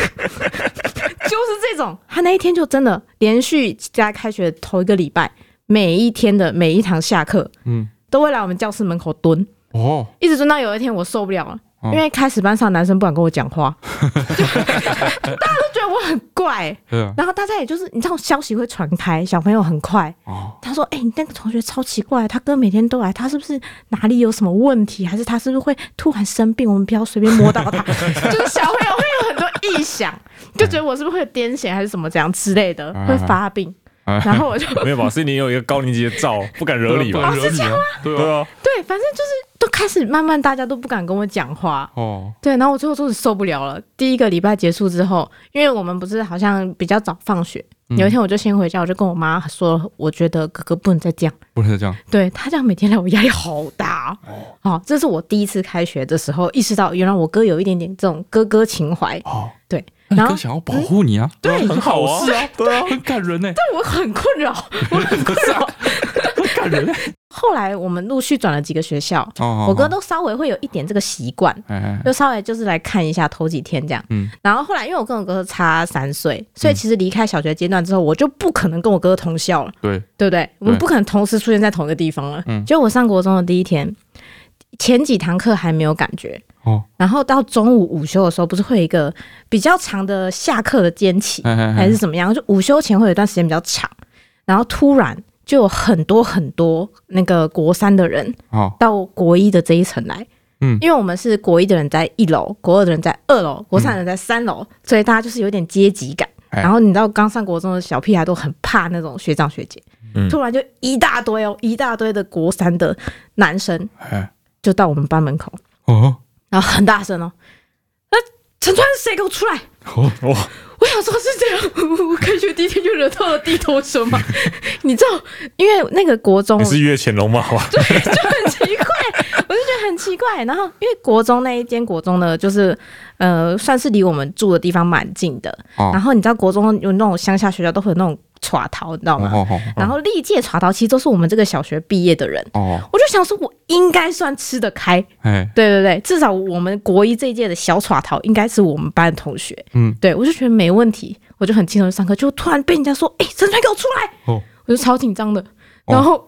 就是这种，他那一天就真的连续在开学头一个礼拜，每一天的每一堂下课嗯，都会来我们教室门口蹲，哦，一直蹲到有一天我受不了了，嗯因为开始班上男生不敢跟我讲话， 就大家都觉得我很怪，对啊，然后大家也就是你知道消息会传开，小朋友很快，哦，他说：“哎、你那个同学超奇怪，他哥每天都来，他是不是哪里有什么问题？还是他是不是会突然生病？我们不要随便摸到 他。”就是小朋友会有很多臆想，就觉得我是不是会癫痫还是什么这样之类的，啊会发病。啊然后我就没有吧？是你有一个高年级的照，不敢惹你不哦吧能？ 惹你啊，对对啊，啊，对，反正就是都开始慢慢大家都不敢跟我讲话。哦，对，然后我最后终于受不了了。第一个礼拜结束之后，因为我们不是好像比较早放学，嗯有一天我就先回家，我就跟我妈说，我觉得哥哥不能再这样。不能这样，对他这样每天来，我压力好大哦。好，这是我第一次开学的时候意识到，原来我哥有一点点这种哥哥情怀。哦，对，那然后你嗯哥想要保护你啊，对，很好啊，是啊，对啊， 很感人呢，但我很困扰。很感人呢，后来我们陆续转了几个学校，哦，我哥，都稍微会有一点这个习惯，哎，就稍微就是来看一下头几天这样。嗯，然后后来因为我跟我哥差三岁，所以其实离开小学阶段之后，我就不可能跟我哥同校了，对，对不对？我们对不可能同时出现在同一个地方了。嗯就我上国中的第一天，前几堂课还没有感觉，哦，然后到中午午休的时候，不是会有一个比较长的下课的间隙，哎哎，还是怎么样？就午休前会有一段时间比较长，然后突然就有很多很多那个国三的人哦，到国一的这一层来，嗯因为我们是国一的人在一楼，国二的人在二楼，国三的人在三楼，所以大家就是有点阶级感。哎然后你知道刚上国中的小屁孩都很怕那种学长学姐，嗯突然就一大堆哦，一大堆的国三的男生哎，就到我们班门口，哦然后很大声哦，呃，陈川谁给我出来？哦，哇，我想说，是这样，我开学第一天就惹到了地头蛇吗？你知道，因为那个国中哦你是越潜龙吗？哇，很奇怪，我就觉得很奇怪。然后因为国中那一间国中呢，就是呃，算是离我们住的地方蛮近的。哦然后你知道国中有那种乡下学校都会有那种耍桃，你知道哦吗？哦哦然后历届耍桃其实都是我们这个小学毕业的人。哦，我就想说，我应该算吃得开，哎，对对对，至少我们国一这一届的小耍桃应该是我们班的同学，嗯，对我就觉得没问题，我就很轻松地上课，就突然被人家说，哎、陈川给我出来，哦，我就超紧张的，哦然后、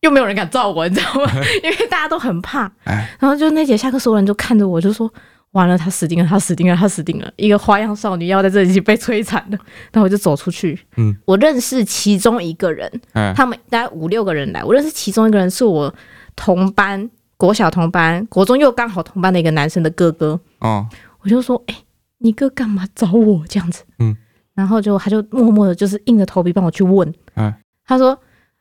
又没有人敢照我，你知道吗？因为大家都很怕，哎，然后就那节下课，所有人就看着我，就说。完了，他死定了，他死定了，他死定了！一个花样少女要在这里被摧残了。然后我就走出去，嗯，我认识其中一个人，哎，他们大概五六个人来，我认识其中一个人是我同班国小同班，国中又刚好同班的一个男生的哥哥，哦，我就说：“哎、你哥干嘛找我这样子？”嗯，然后就他就默默的，就是硬着头皮帮我去问。哎，他说：“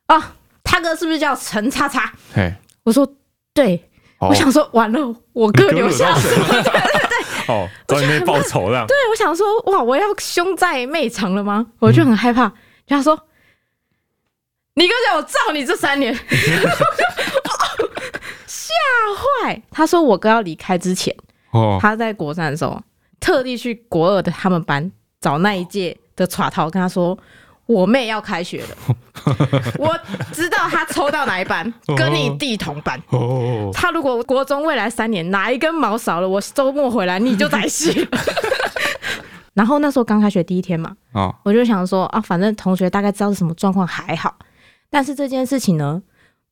哦，他哥是不是叫陈叉叉嘿，？”我说：“对。”哦我想说，完了，我你哥哥留惹下到什谁么？了哦，找你妹报仇了， 对，我想说，哇，我要凶在妹长了吗？我就很害怕。就他说：“你哥叫我罩你这三年。” 吓坏！他说我哥要离开之前，哦，他在国三的时候特地去国二的他们班找那一届的耍套，跟他说。我妹要开学了，我知道她抽到哪一班，跟你弟同班。哦，他如果国中未来三年哪一根毛少了，我周末回来你就宰戏。然后那时候刚开学第一天嘛，哦，我就想说啊，反正同学大概知道是什么状况还好，但是这件事情呢，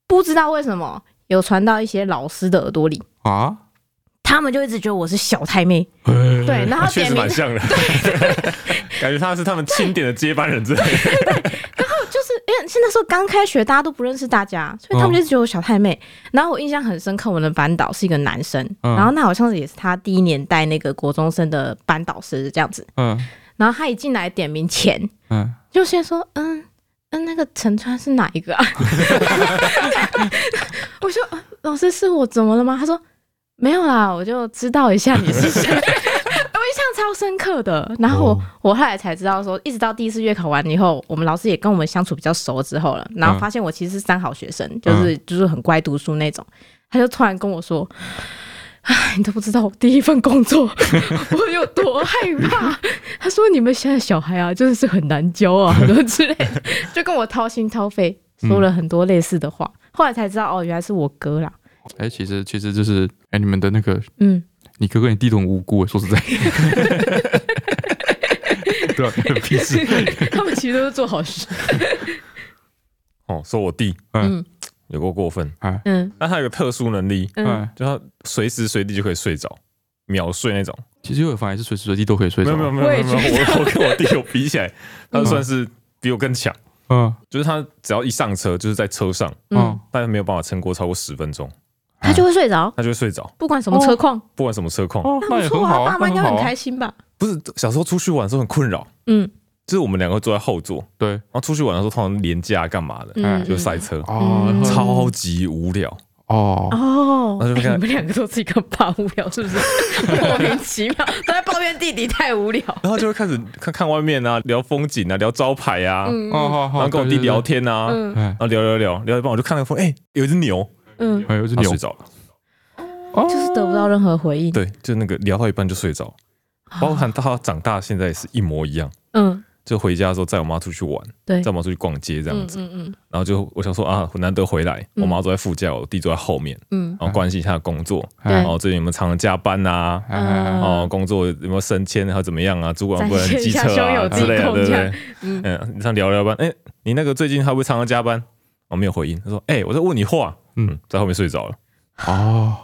不知道为什么有传到一些老师的耳朵里，啊，他们就一直觉得我是小太妹，哎，对，然后啊他确点实名蛮像的， 感觉他是他们钦点的接班人之类的。就是 因为是那时候刚开学，大家都不认识大家，嗯所以他们哦就只有小太妹。然后我印象很深刻，我们的班导是一个男生，嗯然后那好像也是他第一年带那个国中生的班导师这样子。嗯然后他一进来点名前，嗯，就先说嗯。嗯，那个陈川是哪一个啊？ 我说呃老师是我怎么了吗？他说没有啦，我就知道一下你是谁。 我印象超深刻的。然后我、哦我后来才知道说，一直到第一次月考完以后，我们老师也跟我们相处比较熟之后了，然后嗯发现我其实是三好学生，就是就是很乖读书那种。他就突然跟我说。哎，你都不知道我第一份工作 我有多害怕。他说你们现在小孩啊，真的是很难教啊，很多之类的， 就跟我掏心掏肺嗯说了很多类似的话。后来才知道，哦，原来是我哥啦。哎，其实其实就是哎，你们的那个嗯，你哥哥你弟都很无辜，欸说实在。 对啊，关你屁事。他们其实都是做好事。哦，说我弟嗯有够过分，哎嗯那他有个特殊能力， 嗯，哎，就他随时随地就可以睡着，秒睡那种。其实我反而是随时随地都可以睡没着。有没有没有我没也有，没 有我嗯我跟我弟有比起来，他算是比我更强。嗯就是他只要一上车，就是在车上，嗯嗯，但是没有办法撑过超过十分钟，他就会睡着，他就会睡着，不管什么车况，不管什么车况。哦，那那不也错啊，很好爸妈应该那很很好啊开。心吧？不是小时候出去玩的时候很困扰，嗯就是我们两个坐在后座，对然后出去玩的时候通常廉价干嘛的，哎嗯，就塞车，哦嗯超级无聊。哦，哦，那就哎看你们两个都是一个爸无聊，是不 是？莫名其妙都在抱怨弟弟太无聊。然后就会开始看看外面啊，聊风景啊，聊招牌啊，嗯哦好然好，后跟我弟聊天啊，然嗯哎，后聊聊聊聊一半，我就看那个风，哎，有一只牛，嗯，还有只它牛睡，着了。哦就是得不到任何回应。嗯对，就那个聊到一半就睡着，啊包含他长大现在也是一模一样。嗯，就回家的时候载我妈出去玩，对，载我妈出去逛街这样子，嗯嗯然后就我想说啊，我难得回来，我妈坐在副驾，我弟坐在后面，嗯然后关心一下工 作，对然后最近有没有常常加班啊？哎哎哎嗯哦，工作有没有升迁，还有怎么样啊？主管不能展现一机下车胸有啊地之类的，孔对不这样对？嗯，这样聊聊吧。哎，你那个最近还会不会常常加班？我没有回应。他说：“哎，我在问你话。”嗯嗯，在后面睡着了。哦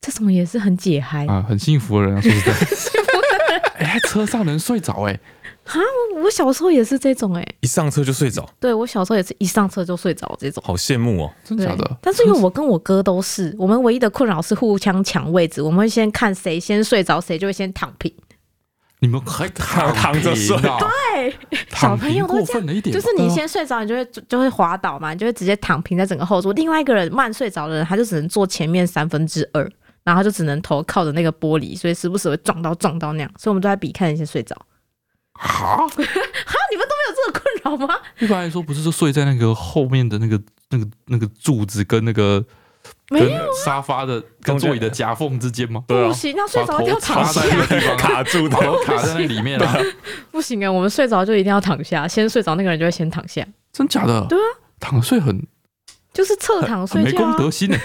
这种也是很解嗨。哦啊，很幸福的人啊，说实在， 哎，车上能睡着哎，我小时候也是这种哎、一上车就睡着，对我小时候也是一上车就睡着这种。好羡慕哦！真对假的，？但是因为我跟我哥都是，我们唯一的困扰是互相抢位置，我们会先看谁先睡着，谁就会先躺平。你们还躺躺着睡平啊哎对，小躺朋友平都会过这样啊分了一点吧，嗯就是你先睡着，你就会就会滑倒嘛，你就会直接躺平在整个后座。另外一个人慢睡着的人，他就只能坐前面三分之二，然后他就只能头靠着那个玻璃，所以时不时会撞到撞到那样。所以我们都在比看人先睡着。哈， 哈，你们都没有这个困扰吗？一般来说不是就睡在那个后面的那个那个那个柱子跟那个没 跟沙发的跟中间座椅的夹缝之间吗？啊对啊不，行，那睡把着一定要头躺插下在。那个地方 啊， 卡住的，头卡在那里面啊，不行啊，我们睡着就一定要躺下，先睡着那个人就会先躺下，真假的？对啊，躺着睡很就是侧躺很睡没觉、公啊。德 心呢。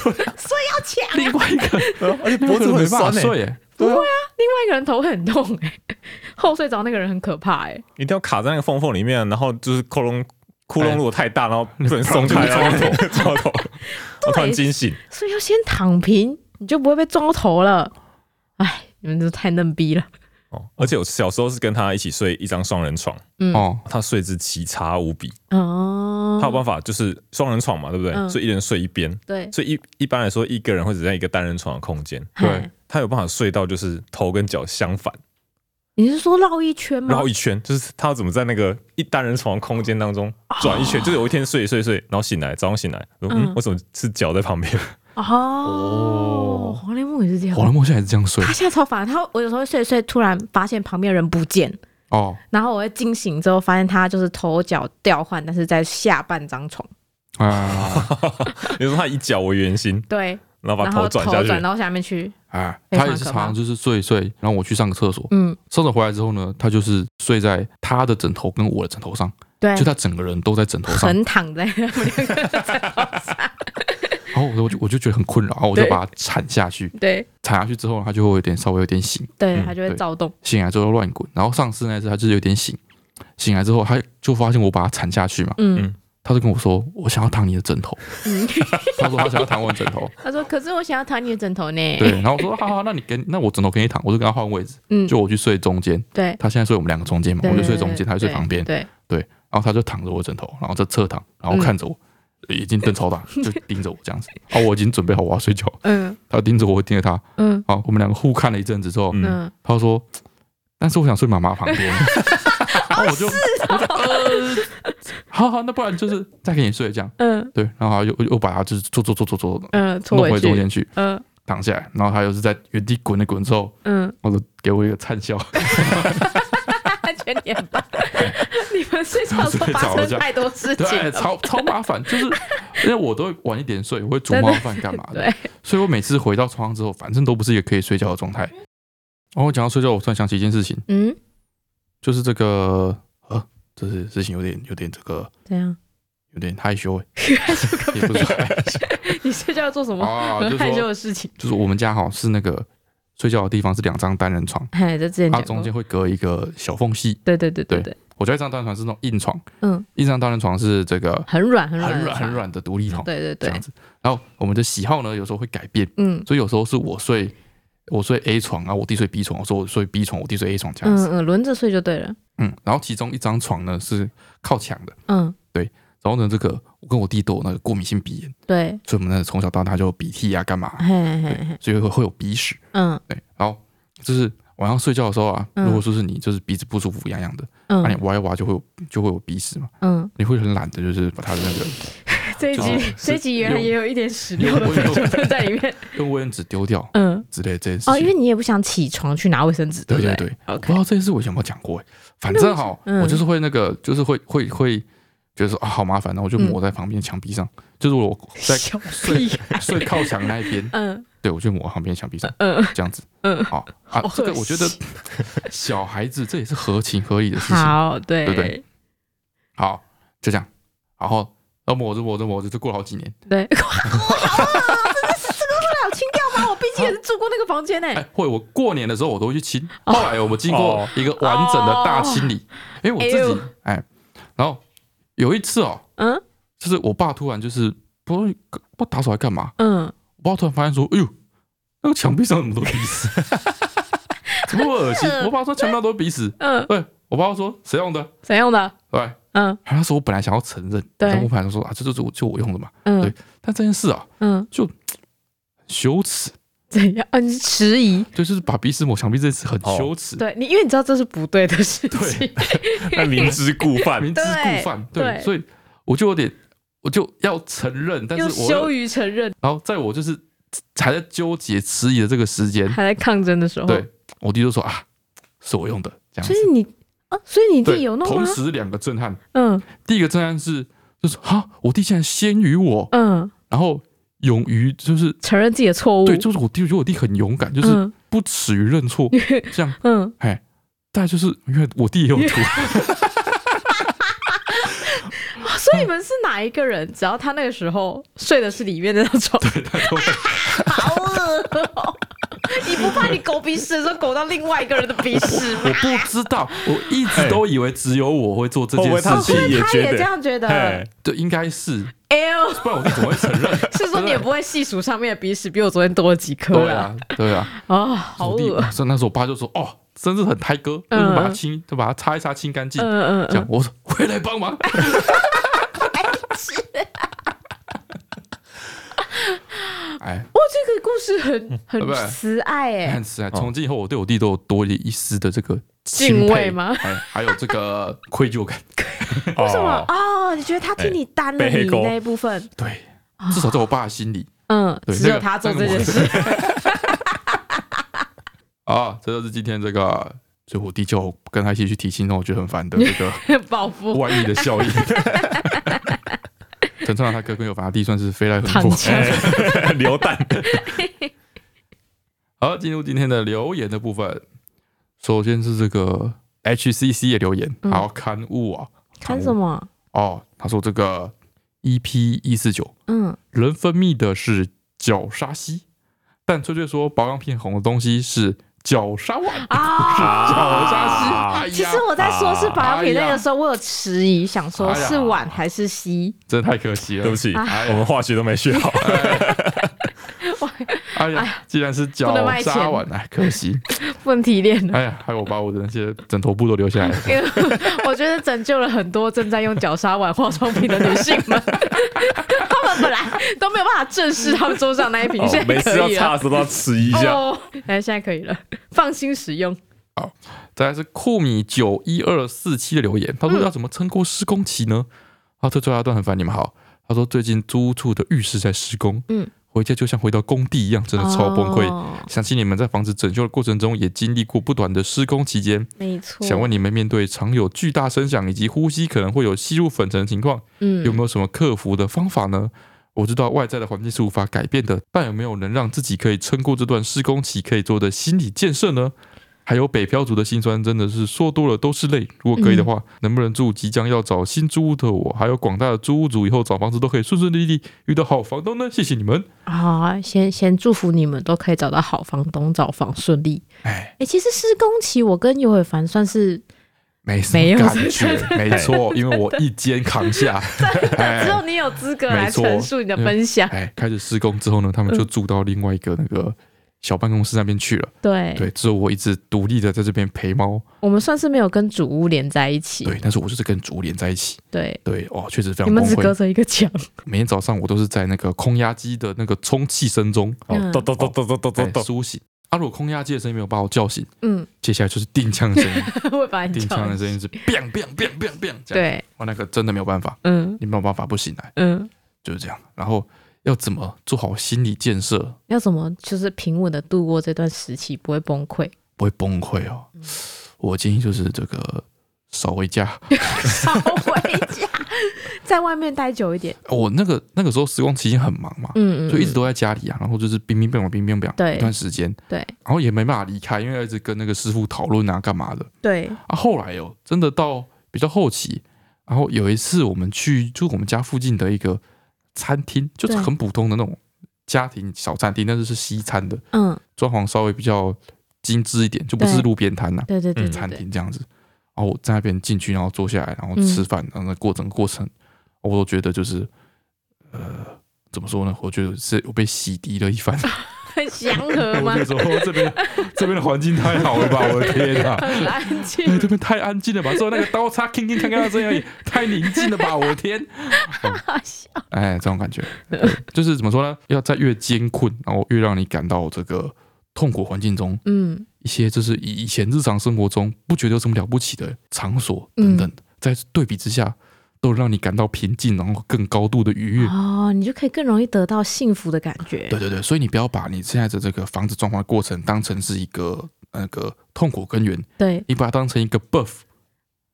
要抢啊！另外一 个 而且脖脖子子没很办法 酸欸睡欸，不会啊，另外一个人头会很痛哎、后睡着那个人很可怕哎、一定要卡在那个缝缝里面，然后就是窟窿窟窿如果太大， 然后不能松开，哎然后就 撞头，我突然惊醒，所以要先躺平，你就不会被撞到头了。哎，你们都太嫩逼了。哦，而且我小时候是跟他一起睡一张双人床，嗯哦，他睡姿奇差无比，哦，他有办法就是双人床嘛，对不对？嗯所以一人睡一边，对所以一一般来说一个人会只在一个单人床的空间，对嗨他有办法睡到就是头跟脚相反你是说绕一圈吗？绕一圈，就是他要怎么在那个一单人床的空间当中转一圈？就是有一天睡一睡一睡，然后醒来早上醒来，嗯，啊嗯我怎么是脚在旁边？哦，黄连木也是这样黄。连梦现在也是这样睡他现在超烦，他我有时候会睡一睡，突然发现旁边人不见，哦然后我会惊醒之后发现他就是头脚调换，但是在下半张床。 啊你说他以脚为圆心，对，然后把然后头转下头去，转到下面去。啊，非他常也是哎可常怕常就是睡一睡，然后我去上个厕所，嗯，上厕所回来之后呢，他就是睡在他的枕头跟我的枕头上，对 就，他整个人都在枕头上，横躺在 他们两个人的床上。然后我就我就我就觉得很困扰，然后我就对把他铲下去，对铲下去之后他就会有点稍微有点醒，对，嗯他就会对躁动。醒来之后乱滚，然后上次那次他就是有点醒，醒来之后他就发现我把他铲下去嘛，嗯嗯他就跟我说我想要躺你的枕头，嗯， 他说他想要躺我的枕头，他说：“可是我想要躺你的枕头呢。”对，，然后我说好好，那你跟那我枕头给你躺，我就跟他换位置， 嗯，就我去睡中间，对，他现在睡我们两个中间嘛，对我就睡中对间，他就睡旁边，对，然后他就躺着我的枕头，然后在侧躺，然后看着我，眼睛瞪超大，就盯着我这样子。好，我已经准备好我要睡觉，嗯他盯着我，我盯着他。嗯好，我们两个互看了一阵子之后，嗯，嗯，他说：“但是我想睡妈妈旁 边。” 然后我哦就我就呃， 好好，那不然就是再给你睡这样。嗯对，然后他又又把他就是坐坐坐坐坐嗯，拖弄回中去，间去嗯躺下来，然后他又是在原地滚了滚之后， 嗯，我就给我一个 灿笑。全点吧。你们睡觉的时候睡发着了生太多事情对，哎了，超超麻烦，就是因为我都会晚一点睡，我会煮猫饭干嘛 的，对，所以我每次回到床上之后，反正都不是一个可以睡觉的状态。然后我讲到睡觉，我突然想起一件事情，嗯，就是这个呃，这是事情有点有点这个怎样？有点害羞欸，也不是害羞你睡觉要做什么啊，就很是害羞说的事情？就是我们家好像是那个睡觉的地方是两张单人床， 哎，这之前它讲中过间。会隔一个小缝隙。对对对对对对，我觉得一张单人床是那种硬床，嗯，一张单人床是这个很软很很软软很的床，软的独立床，对对这样对，子。然后我们的喜好呢，有时候会改变。嗯所以有时候是我睡我睡 A 床，然后我弟睡 B 床，我说我睡 B 床，我弟睡 A 床这样嗯子。嗯，轮着睡就对了。嗯然后其中一张床呢是靠墙的，嗯，然后呢，这个我跟我弟都有那个过敏性鼻炎，对，所以我们呢从小到大就有鼻涕啊，干嘛，嘿嘿嘿嘿，所以会会有鼻屎。嗯对，然后就是晚上睡觉的时候啊，嗯如果说是你就是鼻子不舒服痒痒的，那、你嗯挖一挖就会有就会有鼻屎嘛，嗯，你会很懒得就是把它的那个这一就集是这一集原来用也有一点屎尿的用用成分在里面，用卫生纸丢掉嗯。之类的这件事情。哦，因为你也不想起床去拿卫生纸，对不对对对我，OK，不知道这件事我以前有没有讲过哎，反正哈，嗯我就是会那个，就是会会会觉得说啊好麻烦，然后我嗯就抹在旁边墙壁上，就是我 在小睡屁，睡靠墙那一边，嗯对我就抹旁边墙壁上嗯，这样子，嗯好好啊恶，这个我觉得 小孩子这也是合情合理的事情，好，对对对好，就这样，然后然后抹着抹着抹着，就过了好几年， 对，哇，真的是这个会好清掉吗？我毕竟也是住过那个房间呢，哎，会我过年的时候我都会去清，哦后来我们经过一个完整的大清理，因为我哎自呦己哎，然后有一次哦。嗯就是我爸突然就是不知道不知道打扫来干嘛，嗯，我爸突然发现说：“哎呦，那个墙壁上怎么都是鼻屎？ 怎么那么恶心？”我爸说：“墙壁上都是鼻屎。”嗯，对，我爸说：“谁用的怎样的？？”对，嗯然后那时候我本来想要承认，对然后我本来想说啊，这就是我就我用的嘛。嗯对但这件事啊，嗯，羞耻，怎样？啊，你是迟疑？就是把鼻屎抹墙壁这件事很羞耻，哦对你，因为你知道这是不对的事情对。那明知故犯，明知故犯，对对，对所以我就有点，我就要承认，但又是我嗯又羞于承认，然后在我就是还在纠结迟疑的这个时间，还在抗争的时候，对我弟就说啊，是我用的这样所子。以你啊，所以你对，弟有弄同吗？时两个震撼，嗯第一个震撼是就是啊，我弟竟然先于我，嗯，然后勇于就是承认自己的错误，对，就是我弟我觉得我弟很勇敢，就是嗯不耻于认 错，这样嗯，哎，但就是因为我弟也有 图， 所以你们是哪一个人？只要他那个时候睡的是里面那张床，对，他都会 好恶哦！你不怕你狗鼻屎的时候狗到另外一个人的鼻屎吗我？不知道，我一直都以为只有我会做这件会不会事他哦，情所自，己以也他觉也得这样觉得。嘿，对，应该是，哎呦，不然我弟怎么会承认？ 是说你也不会细数上面的鼻屎比我昨天多了几颗对啦？啊，对啊，啊，好我弟恶！所以那时候我爸就说：“哦，真是很胎哥，就嗯是把它清，就把它擦一擦，清干净。嗯嗯这样嗯，我说：“我也来帮 忙。哎，哇，这个故事很对不很对慈爱哎，但是啊，从今以后我对我弟都有多一丝的这个敬钦佩畏吗哎，还有这个愧疚感。为为什么？哦，你觉得他替你担了哎被黑你狗那一部分？对，至少在我爸的心里嗯，对只那有个他做那这件个我事。啊，这就是今天这个。”所以我弟叫我跟他一起去提亲，让我觉得很 烦的这个报复外遇的效应。 陈川他哥跟友凡他弟算是飞来横躺祸。哎枪， 流弹，好，进入今天的留言的部分。首先是这个 HCC 的留言，嗯好刊物啊，看什么？哦，他说这个 EP 一四九嗯，人分泌的是角鲨烯，但翠翠说保养品红的东西是角鲨烷，啊。角鲨烯。哎呀，其实我在说是保养品类的时候，我有迟疑，想说哎呀是碗还是稀。真的太可惜了，对不起，哎我们化学都没学好。哎呀，既然是角不能卖钱鲨烷，哎，可 惜。 问题链了，哎呀，害我把我的那些枕头布都留下来了。因为我觉得拯救了很多正在用角鲨碗化妆品的女性们， 她们本来都没有办法正视她们桌上那一瓶，哦现每在次要可以擦了。的时候都要吃一下。哦，哎，现在可以了，放心使用。再来是酷米九一二四七的留言，他说嗯要怎么撑过施工期呢？啊，这最后一段很烦你们好。他说最近租屋处的浴室在施工，嗯，回家就像回到工地一样，真的超崩溃。哦想起你们在房子整修的过程中，也经历过不短的施工期间，没错。想问你们面对常有巨大声响以及呼吸可能会有吸入粉尘的情况，嗯，有没有什么克服的方法呢？我知道外在的环境是无法改变的，但有没有能让自己可以撑过这段施工期可以做的心理建设呢？还有北漂族的辛酸，真的是说多了都是泪。如果可以的嗯话，能不能祝即将要找新租屋的我，还有广大的租屋族，以后找房子都可以顺顺利利，遇到好房东呢？谢谢你们。好啊，先先祝福你们都可以找到好房东，找房顺利。哎，哎、其实施工期我跟尤伟凡算是没什没有么感觉，没 错，因为我一肩扛下。只有哎你有资格没来错陈述你的分享。哎，开始施工之后呢，他们就住到另外一个那个小办公室那边去了。对，对，只有我一直独立的在这边陪猫。我们算是没有跟主屋连在一起。对，但是我就是跟竹连在一起。对，对，哦，确实非你常们崩只隔溃。着一个墙。每天早上我都是在那个空压机的那个充气声中嗯哦，咚咚咚咚咚在咚咚哎咚，哦苏醒。啊，如果空压机的声音没有把我叫醒， 嗯，接下来就是定枪的声 音，会把你定叫枪的。声音是 biang biang biang biang biang，这样，对，我那个真的没有办法，嗯你没有办法不醒来，嗯，就是这样。然后要怎么做好心理建设，要怎么就是平稳的度过这段时期，不会崩溃？不会崩溃哦？嗯我建议就是这个少回家。少回家， 在外面待久一点。我那个那个时候施工期间很忙嘛，嗯嗯，所以一直都都在家里啊，然后就是冰冰冰冰冰冰对一段时间，对然后也没办法离开，因为要一直跟那个师傅讨论啊，干嘛的对，啊。后来哦，真的到比较后期，然后有一次我们去就是我们家附近的一个餐厅，就是对很普通的那种家庭小餐厅，但是是西餐的，嗯，装潢稍微比较精致一点，就不是对路边摊呐、啊对对对嗯对餐对，厅这样子。然后我在那边进去，然后坐下来，然后嗯吃饭，然后那过程过程，我都觉得就是，呃，怎么说呢？我觉得是我被洗涤了一番，很祥和 我吗就？说哦这边这边的环境太好了 吧，我的天哪！很安静哎，这边太安静了吧？之后那个刀叉铿铿锵锵的声音也 太宁静了吧？我的天！好笑。 哎，这种感 觉，对就是怎么说呢？要在越艰困，然后越让你感到这个痛苦环境中，嗯，一些就是以以前日常生活中不觉得有什么了不起的场所等等，在对比之下，都让你感到平静，然后更高度的愉悦。哦，你就可以更容易得到幸福的感觉。对对对，所以你不要把你现在的这个房子装潢的过程当成是一个呃那个痛苦根源，对，你把它当成一个 buff，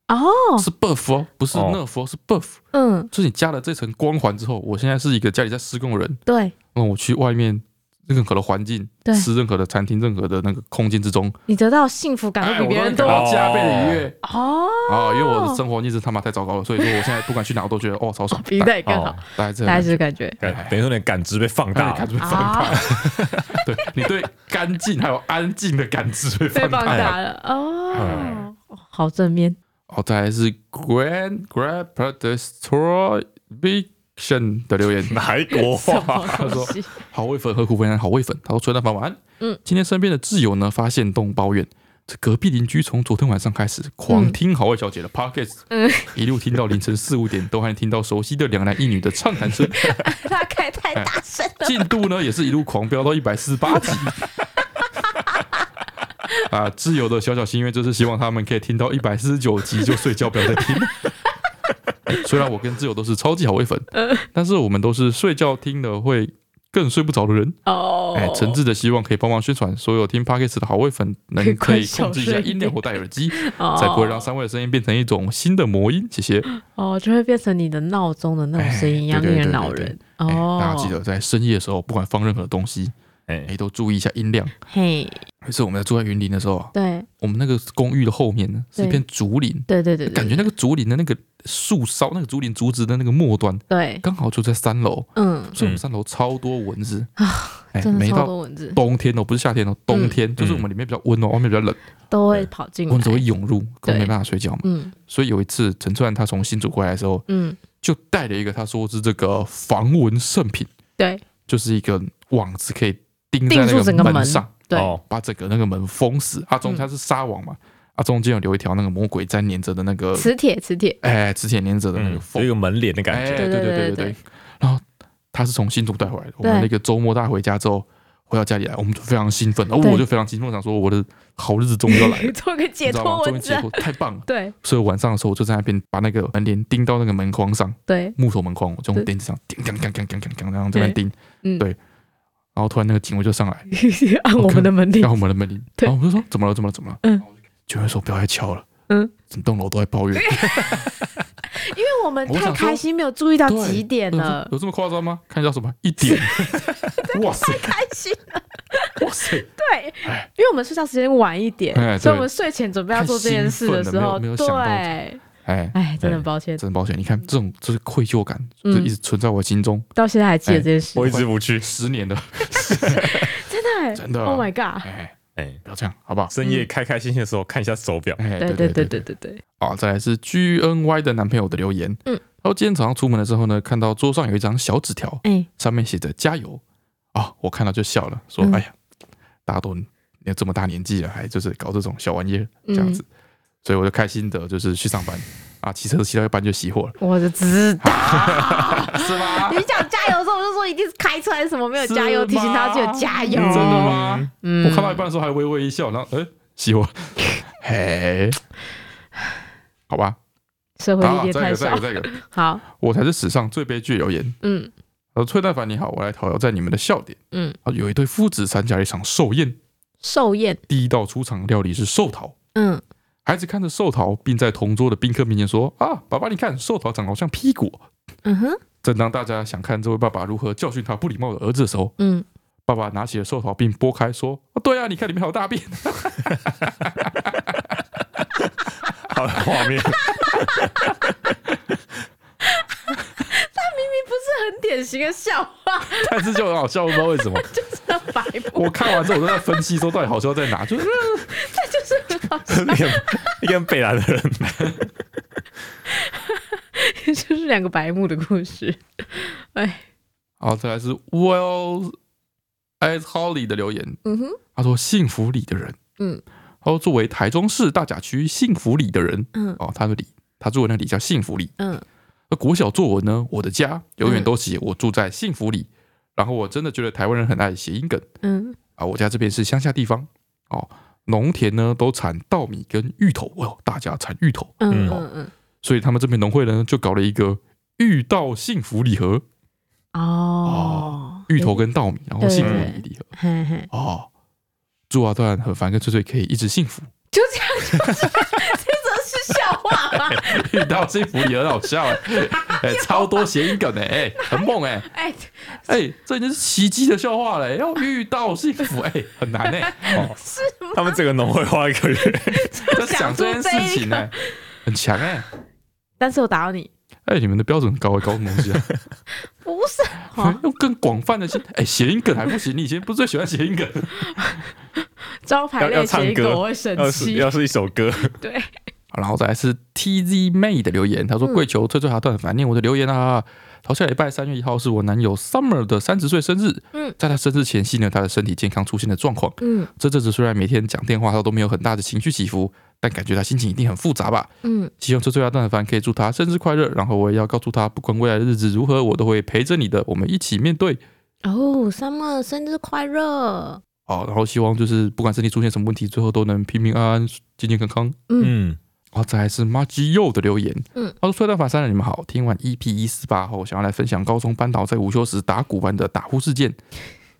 哦，是 buff 哦，不是哦 nerf 哦，是 buff，嗯，就是你加了这层光环之后，我现在是一个家里在施工的人，对，那我去外面任何的环境对，吃任何的餐厅，任何的那个空间之中，你得到幸福感哎，会我比别都会人多。感到加倍的愉悦。 哦，啊，因为我的生活环境是他妈太糟糕了，所以说我现在不管去哪我都觉得哦超爽， 比那更好哦，，大概这大概样哎是。这个感觉。啊感等于说你的感知被放大大家感了，知 会放 大，对你对干净还有安静的感知会被放放大。哎大了哦，好正 面。哦，再来是 Grand Grab Destroyation 的留言，哪一 国什话？么东西？ 好味粉何苦为难好味粉？他说：“崔大凡晚安。嗯今天身边的挚友呢，发现动抱怨，这隔壁邻居从昨天晚上开始狂听好味小姐的 podcast，、嗯一路听到凌晨四五点，都还听到熟悉的两男一女的畅谈声，他开太哎大声了。进度呢也是一路狂飙到一百四十八集。” 啊，挚友的小小心愿就是希望他们可以听到一百四十九集就睡觉，不要再听。 虽然我跟挚友都是超级好味粉，嗯但是我们都是睡觉听了会更睡不着的人。哦，哎，诚挚的希望可以帮忙宣传所有听 Parkes 的好味粉，能可以可关以控制一小下声一音 量或戴耳机，哦才不会让三位的声音变成一种新的魔音。谢谢。哦，就会变成你的闹钟的那种声音，一哎样对令对人对恼对人。哎，哦，大家记得在深夜的时候，不管放任何东西，哎哎，都注意一下音量。嘿，有一次我们在住在云林的时候啊，对我们那个公寓的后面呢是一对片竹林，对对对，对感觉那个竹林的那个树梢，那个竹林竹子的那个末端，对，刚好就在三楼，嗯，所以我们三楼超多蚊子啊哎，真的每超到多蚊子冬天哦，不是夏天哦，冬嗯天就是我们里面比较温哦，外面比较冷。都会跑进来蚊。子会涌入，根本没嗯对办法睡觉嘛。嗯所以有一次，陈川他从新竹回来的时候，嗯，就带了一个他说是这个防蚊圣品，对就是一个网子可以钉在钉住那整个门门上， 对哦把整个那个门封死。它中嗯它是纱网嘛，它中间有留一条那个魔鬼粘粘着的那个，磁铁磁铁，哎，磁铁粘着的那个嗯，有缝一，个门帘的感哎觉，对对对对对对对对。然后他是从新竹带回来的，我们对那个周末大家回家之后。回到家里来，我们就非常兴奋，然后对我就非常兴奋，我想说我的好日子终于要来 了，做个呃你解知道吗脱？终于蚊子解啊。脱，太棒了！对所以晚上的时候，我就在那边把那个门帘钉到那个门框上，对，木头门框，我就用钉子上钉钉钉钉钉钉钉，然后这边钉，嗯，对然后突然那个警卫就上来， 按我们的门铃然，后我们的门铃，对然后我们就说怎么了怎么了怎么了，嗯然后我就，警卫说不要再敲了，嗯，整栋楼都在抱怨，因为我们我太想说开心，没有注意到对几点我想说了， 有这么夸张吗？看一下什么一点，哇塞开心。哇塞，对哎，因为我们睡觉时间晚一点哎，对所以我们睡前准备要做这件事的时候，太兴奋了没有没有想到对，哎，哎，真的很抱歉，真抱歉，你看这种就是愧疚感，就嗯一直存在我心中到现在还记得这件事，哎挥之不去。十年的，真的哎真的，Oh my god！哎，哎，不要这样，好不好？深嗯夜开开心心的时候看一下手表，哎，对对对对对对，啊，再来是 G N Y 的男朋友的留言。嗯，他说今天早上出门的时候呢，看到桌上有一张小纸条，哎，上面写着“加油”。啊，我看到就笑了，说：“嗯哎呀，大家都也这么大年纪了，还就是搞这种小玩意儿嗯这样子。所以我就开心的，就是去上班啊，骑车骑到一半就熄火了，嗯嗯我就知 道，是吗？你讲加油的时候，我就说一定是开车还是什么没有加油，是吗提醒他只有加油。真的吗？嗯我看到一半的时候还微微一笑，然后哎，熄火，嘿，好吧，社会历啊，练再一太个，再一少个，。再一个，好，我才是史上最悲剧留言。嗯他说：“崔大凡你好，我来讨要在你们的笑点。嗯，啊，有一对父子参加了一场寿宴，寿宴，第一道出场料理是寿桃。嗯，孩子看着寿桃，并在同桌的宾客面前说：‘啊，爸爸，你看寿桃长得好像屁股。哦嗯哼，’正当大家想看这位爸爸如何教训他不礼貌的儿子的时候，嗯，爸爸拿起了寿桃并剥开，说：‘啊，对啊，你看里面还有大便。 好的画面， 这不是很典型的笑话，’ 但是就很好笑，不知道为什么。就是很白目，我看完之后，我就在分析说到底好笑在哪，就是这就是很好笑，一个一个北兰的人， 就是两个白目的故事。哎，啊好，再来是 Well 艾超里的留言，嗯哼，他说幸福里的人，嗯，他说作为台中市大甲区幸福里的人，嗯哦，他的里，他住的那里叫幸福里。嗯那国小作文呢，我的家永远都写我住在幸福里，然后我真的觉得台湾人很爱谐音梗嗯，啊，我家这边是乡下地方哦，农田呢都产稻米跟芋头，哦，大家产芋头，嗯嗯嗯所以他们这边农会呢就搞了一个芋稻幸福礼盒，嗯，哦，芋头跟稻米，然后幸福礼礼盒。嘿嘿，哦，祝阿段和凡跟翠翠可以一直幸福。就这样， 这是笑话吗？ 遇到幸福也很好笑哎、哎、超多谐音梗哎、哎、很猛哎、哎，哎、这已经是奇迹的笑话了、哎要遇到幸福哎、很难哎、哦，是吗？他们整个农会花一个月，在想这件事情呢、欸很强哎、但是我打扰你，哎、你们的标准很高哎、搞什么东西啊？不是，哦，用更广泛的些，哎、谐音梗还不行？你以前不是最喜欢谐音梗？招牌要类要唱写一个歌我会生要是气，要是一首歌，对，然后再来是 TZ 妹的留言，她说：“嗯跪求翠翠哈段反念我的留言啊！好，下礼拜三月一号是我男友 Summer 的三十岁生日。嗯在他生日前夕呢，他的身体健康出现了状况。嗯这阵子虽然每天讲电话，他都没有很大的情绪起伏，但感觉他心情一定很复杂吧。嗯希望翠翠哈段凡可以祝他生日快乐。然后我也要告诉他，不管未来的日子如何，我都会陪着你的，我们一起面对。哦，Summer 生日快乐，哦，然后希望就是不管身体出现什么问题，最后都能平平安安、健健康康。”嗯，哦，再来是 Maggie Yo 的留言，嗯，他说：“崔大法三人，你们好，听完 EP 一四八后，想要来分享高中班导在午休时打鼓班的打呼事件。”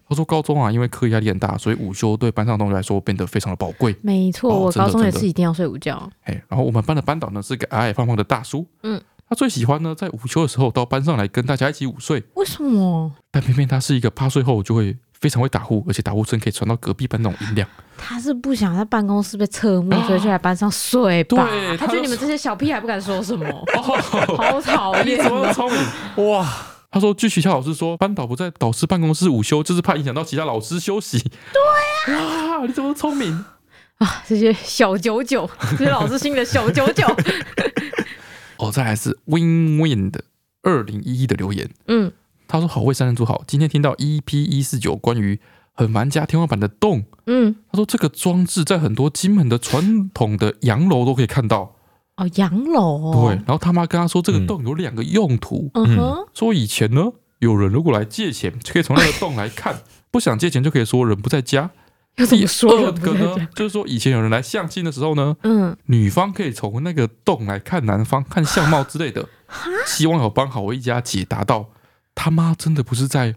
他说：“高中啊，因为课业压力很大，所以午休对班上同学来说变得非常的宝贵。没错，哦我真的高中也真的是一定要睡午觉，哎，然后我们班的班导呢是个矮矮胖胖的大叔，嗯，他最喜欢呢在午休的时候到班上来跟大家一起午睡，为什么？但偏偏他是一个趴睡后就会非常会打呼，而且打呼声可以传到隔壁班那种音量。他是不想在办公室被侧目，所以就来班上睡吧。啊对他他觉得你们这些小屁孩不敢说什么， 哦，好啊讨你厌怎。么那么聪明？”哇，他说，据学校老师说，班导不在导师办公室午休，就是怕影响到其他老师休息。对啊，哇，你怎么聪明？这些小九九， 这些老师心里的小九九。哦，再来是 Win Win 的二零一一的留言， 嗯，他说：“好味三人组好，今天听到 EP 一四九关于很玩家天花板的洞，嗯，他说这个装置在很多金门的传统的洋楼都可以看到。哦，洋楼对，哦，然后他妈跟他说，这个嗯洞有两个用途，嗯哼，说以前呢，有人如果来借钱，就可以从那个洞 来看；不想借钱，就可以说人不在家。”要怎么说第了二不个在呢家？，就是说以前有人来相亲的时候呢，嗯，女方可以从那个洞来看男方、看相貌之类的。希望有帮好我一家解答到，他妈真的不是在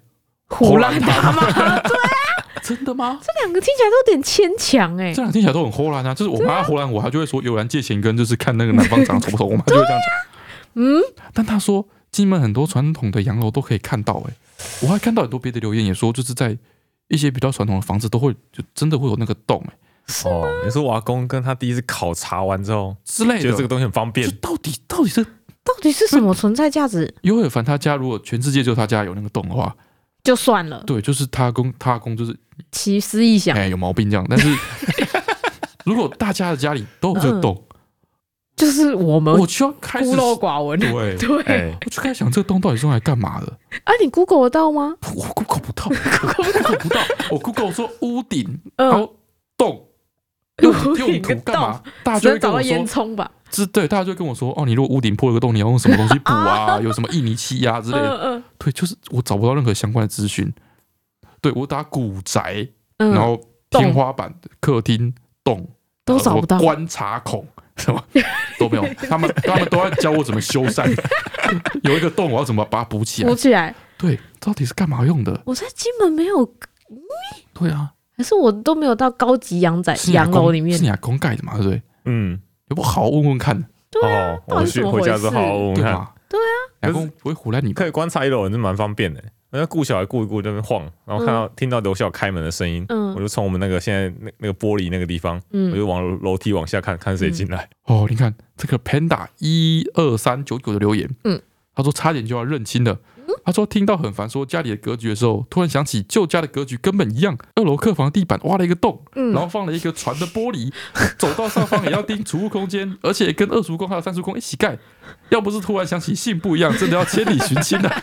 胡乱乱打吗？嘛， 这真的吗？两个听起来都有点牵强哎这。两个听起来都很胡乱啊！就是我妈胡乱我，她就会说有人借钱跟就是看那个男方长得丑不丑，我妈就会这样 讲。嗯，但她说金门很多传统的洋楼都可以看到、欸，我还看到很多别的留言也说，就是在一些比较传统的房子都会就真的会有那个洞、欸、哦，你说我阿公跟他第一次考察完之后，之类觉得这个的。东西很方就便，到底到底是到底是什么存在价值？尤尔凡他家如果全世界就他家有那个洞的话，就算了，对，就是他公他公就是奇思异想哎、，有毛病这样。但是 如果大家的家里都有这个洞，就是我们我就要开始嗯孤陋寡闻。对， 对哎、我就开始想这个洞到底是用来干嘛的？啊，你 Google 得到吗？我 Google 不到，我 Google 不到， 我 Google 说屋顶，然嗯，后洞。用屋顶用途跟干 嘛？大家只能就会跟找到我烟说，囱吧。是对，大家就会跟我说，哦，你如果屋顶破了个洞，你要用什么东西 补啊？有什么印尼漆呀、之类的？嗯对，就是我找不到任何相关的资讯。对我打古宅，嗯然后天花板、客厅、洞都找不到然后什么观察孔什么 都没有，他们他们都在教我怎么修缮。 有一个洞，我要怎么把它补起来扶？起来。对，到底是干嘛用的？我在金门没有，对啊，还是我都没有到高级洋仔是你阿洋公楼里面是。你阿啊公盖的嘛？对不对？嗯，要不好好问问看，对啊，哦，到底我是怎去么回回事家之后好好问问对看，吧？对啊，阿可是公不会胡乱你吧可以观察一楼，是蛮方便的。我在顾小孩顾一顾，在那边晃，然后看到、听到楼下有开门的声音，嗯我就从我们那个现在那那个玻璃那个地方，我嗯就往楼梯往下看看谁进来。哦，你看这个 Panda 一二三九九的留言，嗯，他说差点就要认亲了。他说听到很烦，说家里的格局的时候，突然想起旧家的格局根本一样，二楼客房地板挖了一个洞，嗯然后放了一个船的玻璃， 走到上方也要钉储物空间，而且跟二叔公还有三叔公一起盖。要不是突然想起姓不一样，真的要千里寻亲了、啊。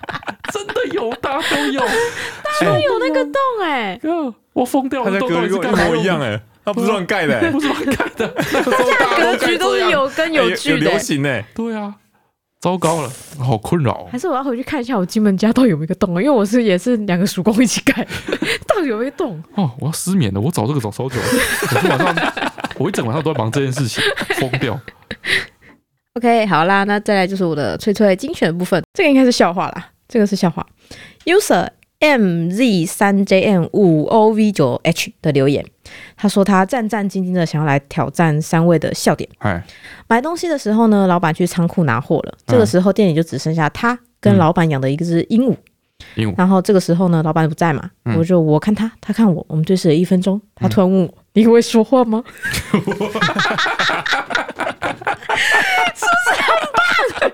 真的有，大家都有。都有那个洞哎、哥，我疯掉他了，在豆隔豆壁也是跟干嘛我一模用一样的，哎、他不是乱盖的、欸，不是乱盖的，那个时候大家格盖局都这是样，有根哎据的、欸流行哎、对啊，糟糕了，好困扰哦还。是我要回去看一下我金门家到底有没有一个洞啊？因为我是也是两个曙光一起盖，到底有没有一个洞？哦，我要失眠了，我找这个找超久了，我是晚上，我一整晚上都在忙这件事情，疯掉。 OK，好啦，那再来就是我的翠翠精选部分，这个应该是笑话啦，这个是笑话。User MZ 三 JM 五 OV 九 H 的留言，他说他战战兢兢的想要来挑战三位的笑点。哎，买东西的时候呢，老板去仓库拿货了，嗯这个时候店里就只剩下他跟老板养的一只鹦鹉。鹦鹉然后这个时候呢，老板不在嘛，嗯我就我看他，他看我，我们对视了一分钟，他突然问我：“你会说话吗？”哎，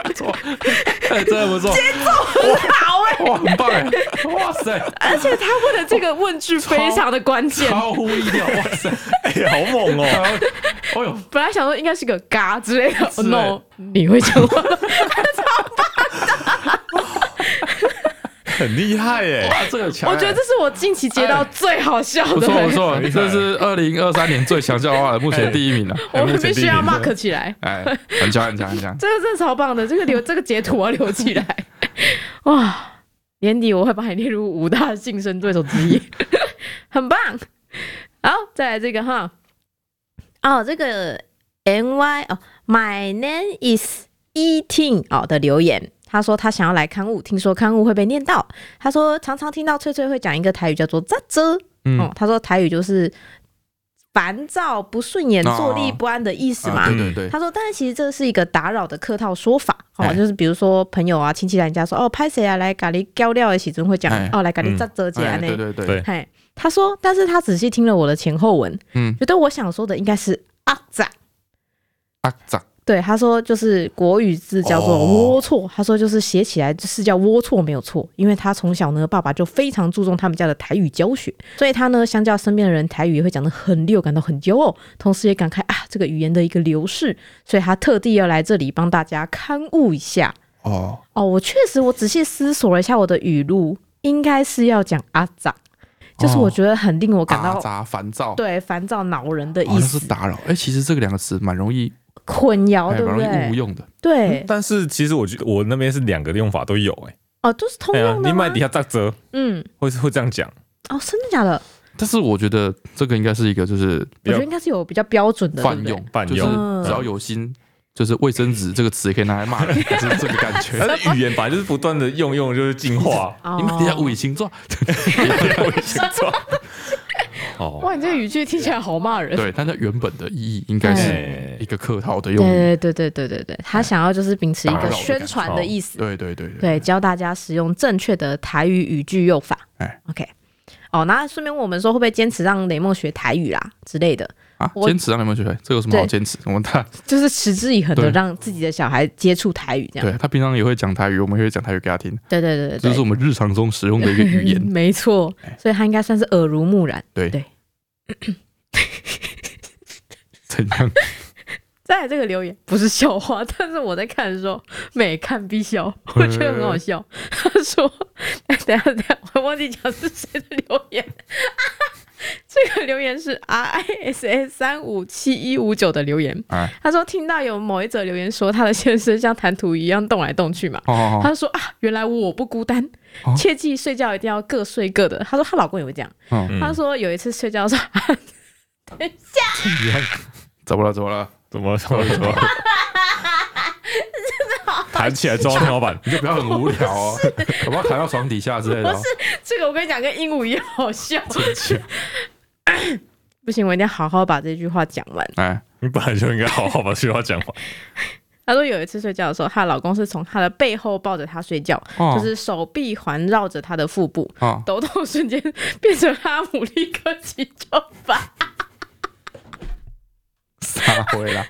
真的不错，好哎、哇，很棒哎，哇塞，而且他问 的这个问句非常的关键，超乎意料，哇塞，哎、好猛哦、哎呦，本来想说应该是个嘎之类的、是 n o 你会讲话，很厉害哎、哇，这个强哎，我觉得这是我近期接到最好笑不的、错不错，很厉害这是二零二三年最强笑话的目前第一名了。我们必须要哎目前第一名 mark 起来，哎，很强很强很强，这个真的超棒的，这个留这个截图我要留起来， 哇！年底我会把你列入五大竞争对手之一， 很棒。好，再来这个哈，哦，这个 N Y 哦，My name is Eating 哦的留言，他说他想要来刊物，听说刊物会被念到，他说常常听到翠翠会讲一个台语叫做“咋遮”，哦嗯，，他说台语就是烦躁、不顺眼、哦坐立不安的意思嘛。啊对对对，他说，但是其实这是一个打扰的客套说法哦，哎就是比如说朋友啊、亲戚来你家说，哦，拍谁啊，来咖喱浇料的时阵会讲哎，哦，来咖喱嗯扎折姐啊哎那对。对对对嘿，他说，但是他仔细听了我的前后文，嗯，觉得我想说的应该是阿仔。阿长对，他说就是国语字叫做龌哦龊，他说就是写起来是叫龌龊没有错，因为他从小呢，爸爸就非常注重他们家的台语教学，所以他呢，相较身边的人，台语也会讲得很溜，感到很骄傲，同时也感慨啊，这个语言的一个流逝，所以他特地要来这里帮大家刊物一下。哦，哦，我确实，我仔细思索了一下我的语录，应该是要讲阿长，就是我觉得很令我感到、哦阿杂烦躁，对烦躁恼人的哦，意那思，是打扰。哎，其实这个两个词蛮容易，混淆，哦哎，对蛮不容易误对？用的。嗯对，嗯但是其实我觉得我那边是两个用法都有哎、哦，都是通哎呀用，的你吗买底下打折嗯，会会这样讲，哦，真的假的？但是我觉得这个应该是一个就是我比觉较得应该是有比较标准的泛，对不用对，嗯泛就是用只要有心，就是卫生纸这个词也可以拿 来骂人，就是这个感觉。但是语言本来就是不断的用用就是 进化哦你们底下无以星座，哦，哇，你这个语句听起来好骂人。对，但它原本的意义应该是哎一个客套的用语。对对对对对对对，他想要就是秉持一打扰个的宣传的意思，对对对对，对，教大家使用正确的台语语句用法。哎，OK，哦，那顺便问我们说会不会坚持让雷梦学台语啦之类的，啊，我坚持让你们学会，这有什么好对坚持？我们他就是持之以恒的对让自己的小孩接触台语，这样对。他平常也会讲台语，我们也会讲台语给他听，对对对对嗯这对是我们哎日常中使用的一个语言。没错，所以他应该算是耳濡目染。对对，怎 样？再来这个留言 不是笑话，但是我在看的时候每看必 笑，我觉得很好笑。 他说：“等一下等一下，我忘记讲是谁的留言。 这个留言是 R I S S 三五七一五九的留言。哎，他说听到有某一则留言说他的先生像弹涂一样动来动去嘛，哦哦他哦，就说啊，原来我不孤单，哦切记睡觉一定要各睡各的。她说她老公也会这样，嗯她说有一次睡觉的时候，怎样？怎么了？怎么了？怎么怎么怎么，弹起来撞到天花板，你 就不要很无聊哦，我不要弹到床底下之类的哦。这个我跟你讲跟鹦鹉一样好笑。真假 不行，我一定要好好把这句话讲完。哎，你本来就应该好好把这句话讲完。 她说有一次睡觉的时候，她老公是从她的背后抱着她睡觉，哦就是手臂环绕着她的腹部，哦，抖动瞬间变成哈姆立克急救法。撒回 啦。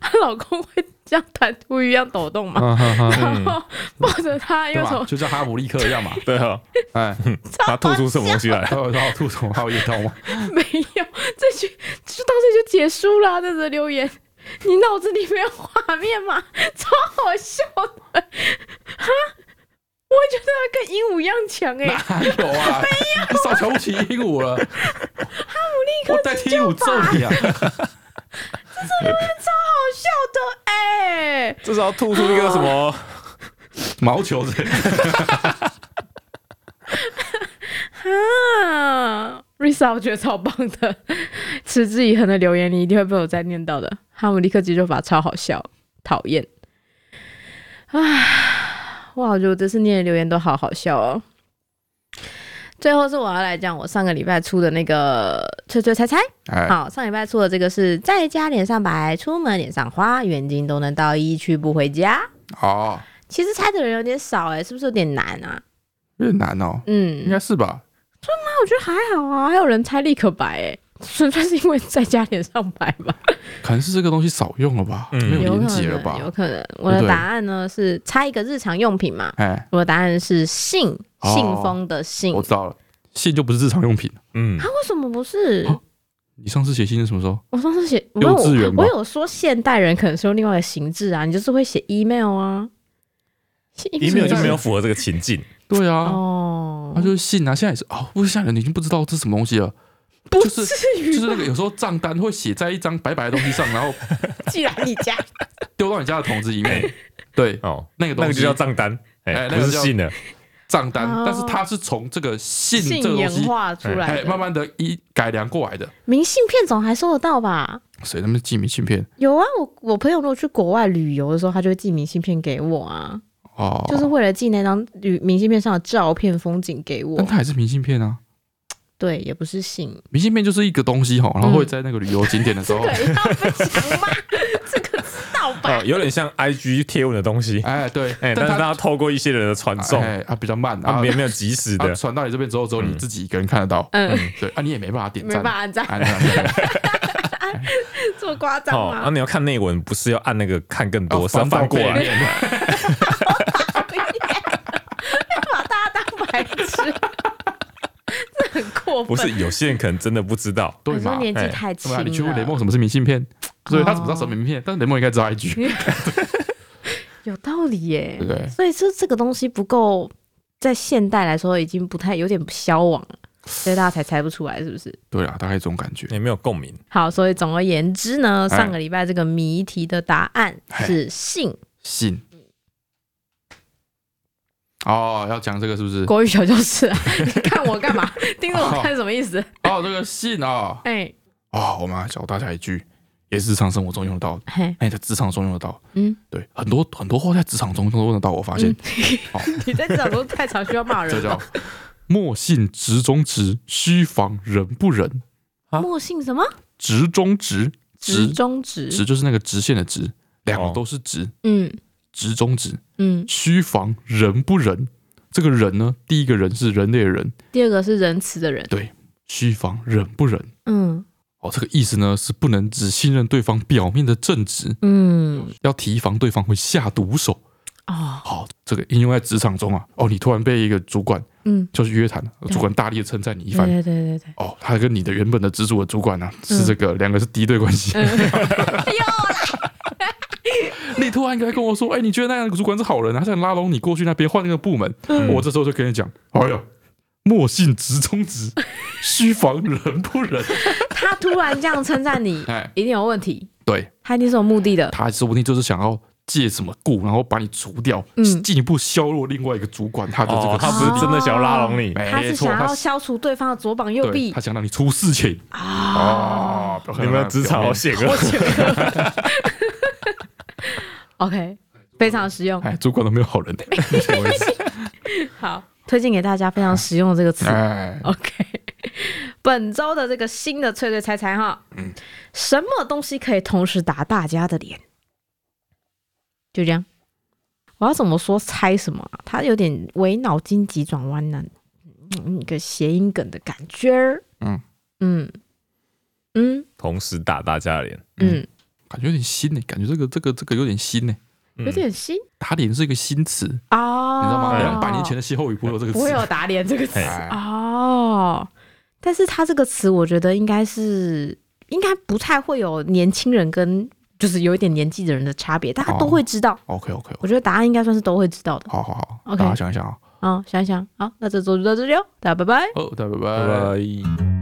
她老公会像弹涂一样抖动嘛，嗯哼哼然后抱着她，因对啊为吧？从就像哈姆立克一样嘛。对啊，哎，他吐出什么东西来？然后然后吐什么还有液到吗？ 没有这句就到这就结束啦、这则留言。你脑子里没有画面吗？超好笑的！哈，觉得它跟鹦鹉一样强哎、 哪有啊？你少瞧不起鹦鹉了。哈姆立我代替鹦鹉揍你啊！超好笑的哎、至少吐出一个什 么？毛球之类的哈，Risa 啊我觉得超棒的，持之以恒的留言你一定会被我再念到的。哈姆立克急救法超好笑，讨厌。啊，哇，我觉得我这次念的留言都好好笑哦。最后是我要来讲我上个礼拜出的那个呃吹吹猜猜。哎，好，上礼拜出的这个是在家脸上白，出门脸上花，远近都能到，一去不回家。好，其实猜的人有点少哎、是不是有点难啊？有点难哦，嗯应，该是吧？那我觉得还好啊，还有人猜立可白哎、 纯粹是因为在家脸上白 吧，可能是这个东西少用了吧，嗯没有连可接了能，有吧？可能。我的对不对答案呢是猜一个日常用品嘛，哎，我的答案是信，哦信封的信。我知道了，信就不是日常用品。嗯他、，为什么不是？啊你上次写信是什么时候？我上次写，我幼有稚园吧我有说现代人可能是用另外的形制啊，你就是会写 email 啊写，email 就没有符合这个情境，对啊，哦，他就是信啊，现在也是哦，不是现在人已经不知道这是什么东西了，不就至是于吧， 就是那个有时候账单会写在一张白白的东西上，然后寄来你 家，丢到你家的桶子里面。对，哦，那个那东个西就叫账单，哎哎，那个不是叫信了，账单哦，但是它是从这个信信这个东演西，化出来哎，的，慢慢的一改良过来的。明信片总还收得到吧？谁他妈寄明信片？有啊，我我朋友如果去国外旅游的时候，他就会寄明信片给我啊，哦，就是为了寄那张旅明信片上的照片风景给我但。它还是明信片啊。对，也不是信，明信片就是一个东西哈，然嗯后会在那个旅游景点的 时候，要分享 吗？这个知道哦，？有点像 IG 贴文的东西，哎，对，哎，但是它它透过一些人的传送，哎啊比较慢它啊没，没有及时啊的，传到你这边之后，只有你嗯自己一个人看得到，嗯，对啊，你也没办法点没赞办，法，这样啊对这么夸张哦，那吗？你要看内文，不是要按那个看更多，哦是要翻过翻到背来，哦啊讨厌 把大家当白痴， 这很过分。不是有些人可能真的不知道，对你说嘛？年纪哎太对轻啊吧？了。你去问雷梦什么是明 信片，所以他怎么知道什么明信片？但是雷梦应该知道 IG，有道理耶，对不对所以这这个东西不够，在现代来说已经不太有点消亡了，所以大家才猜不出来，是不是？对啊，大概这种感觉。也没有共鸣，好，所以总而言之呢，哎上个礼拜这个谜题的答案哎是信。信。哦，要讲这个是不是？国语小教室、 啊，你看我干嘛？盯着我看什么意思？哦，这个信哦，哎哦，我们来教大家一句，也是日常生活中用得到，嘿，哎，在职场中用得到。 嗯，对，很多很多话在职场中都用得到。我发现，你在这种时候太常需要骂这人叫了。莫信直中直，须防人不人。啊莫信什么？直中直，直直中直。直就是那个直线的直，两个哦都是直，嗯直中直。嗯。须防人不人，这个人呢，第一个人是人类的人，第二个是仁慈的人。须防人不人。嗯哦，这个意思呢是不能只信任对方表面的正直，嗯。要提防对方会下毒手。哦好、这个应用在职场中啊，哦，你突然被一个主管嗯。就是约谈，主管大力的称赞你一番，对对对对对。哦，他跟你的原本的直属的主管啊，是这个、两个是敌对关系。嗯你突然应该跟我说，哎、你觉得那样的主管是好人啊，他想拉拢你过去那边换那个部门，我这时候就跟你讲，哎呦，莫信直中直，须防人不人。他突然这样称赞你，哎，一定有问题，对他一定是有目的的。他说不定就是想要借什么故，然后把你除掉，嗯进一步削弱另外一个主管他的这哦个，他不是真的想要拉拢你，没他是错想他要是消除对方的左膀右对，臂他想让你出事情啊哦。不要看你到他们的职场表好面险啊， OK，非常实用。哎，主管都没有好 人的，好，推荐给大家非常实用的这个词。哎， OK，本周的这个新的脆脆猜猜哈，嗯什么东西可以同时打大家的脸？就这样。我要怎么说猜什么啊？它有点为脑筋急转弯呢，嗯一个谐音梗的感觉儿。嗯嗯嗯同时打大家的脸，嗯，感觉有点新呢，感觉这个这个这个有点新欸呢。嗯有点新打脸是一个新词，你哦，知道吗？哦两百年前的歇后语不会有这个词不。会有打脸这个词哎哦。但是它这个词，我觉得应该是应该不太会有年轻人跟就是有一点年哦纪的人的差别，大家都会知道。 OK OK，我觉得答案应该算是都会知道的。好好好， OK 大家想一想啊，哦，想一想，好，那这周就到这里哦，大家拜拜。哦，大家拜拜拜。拜。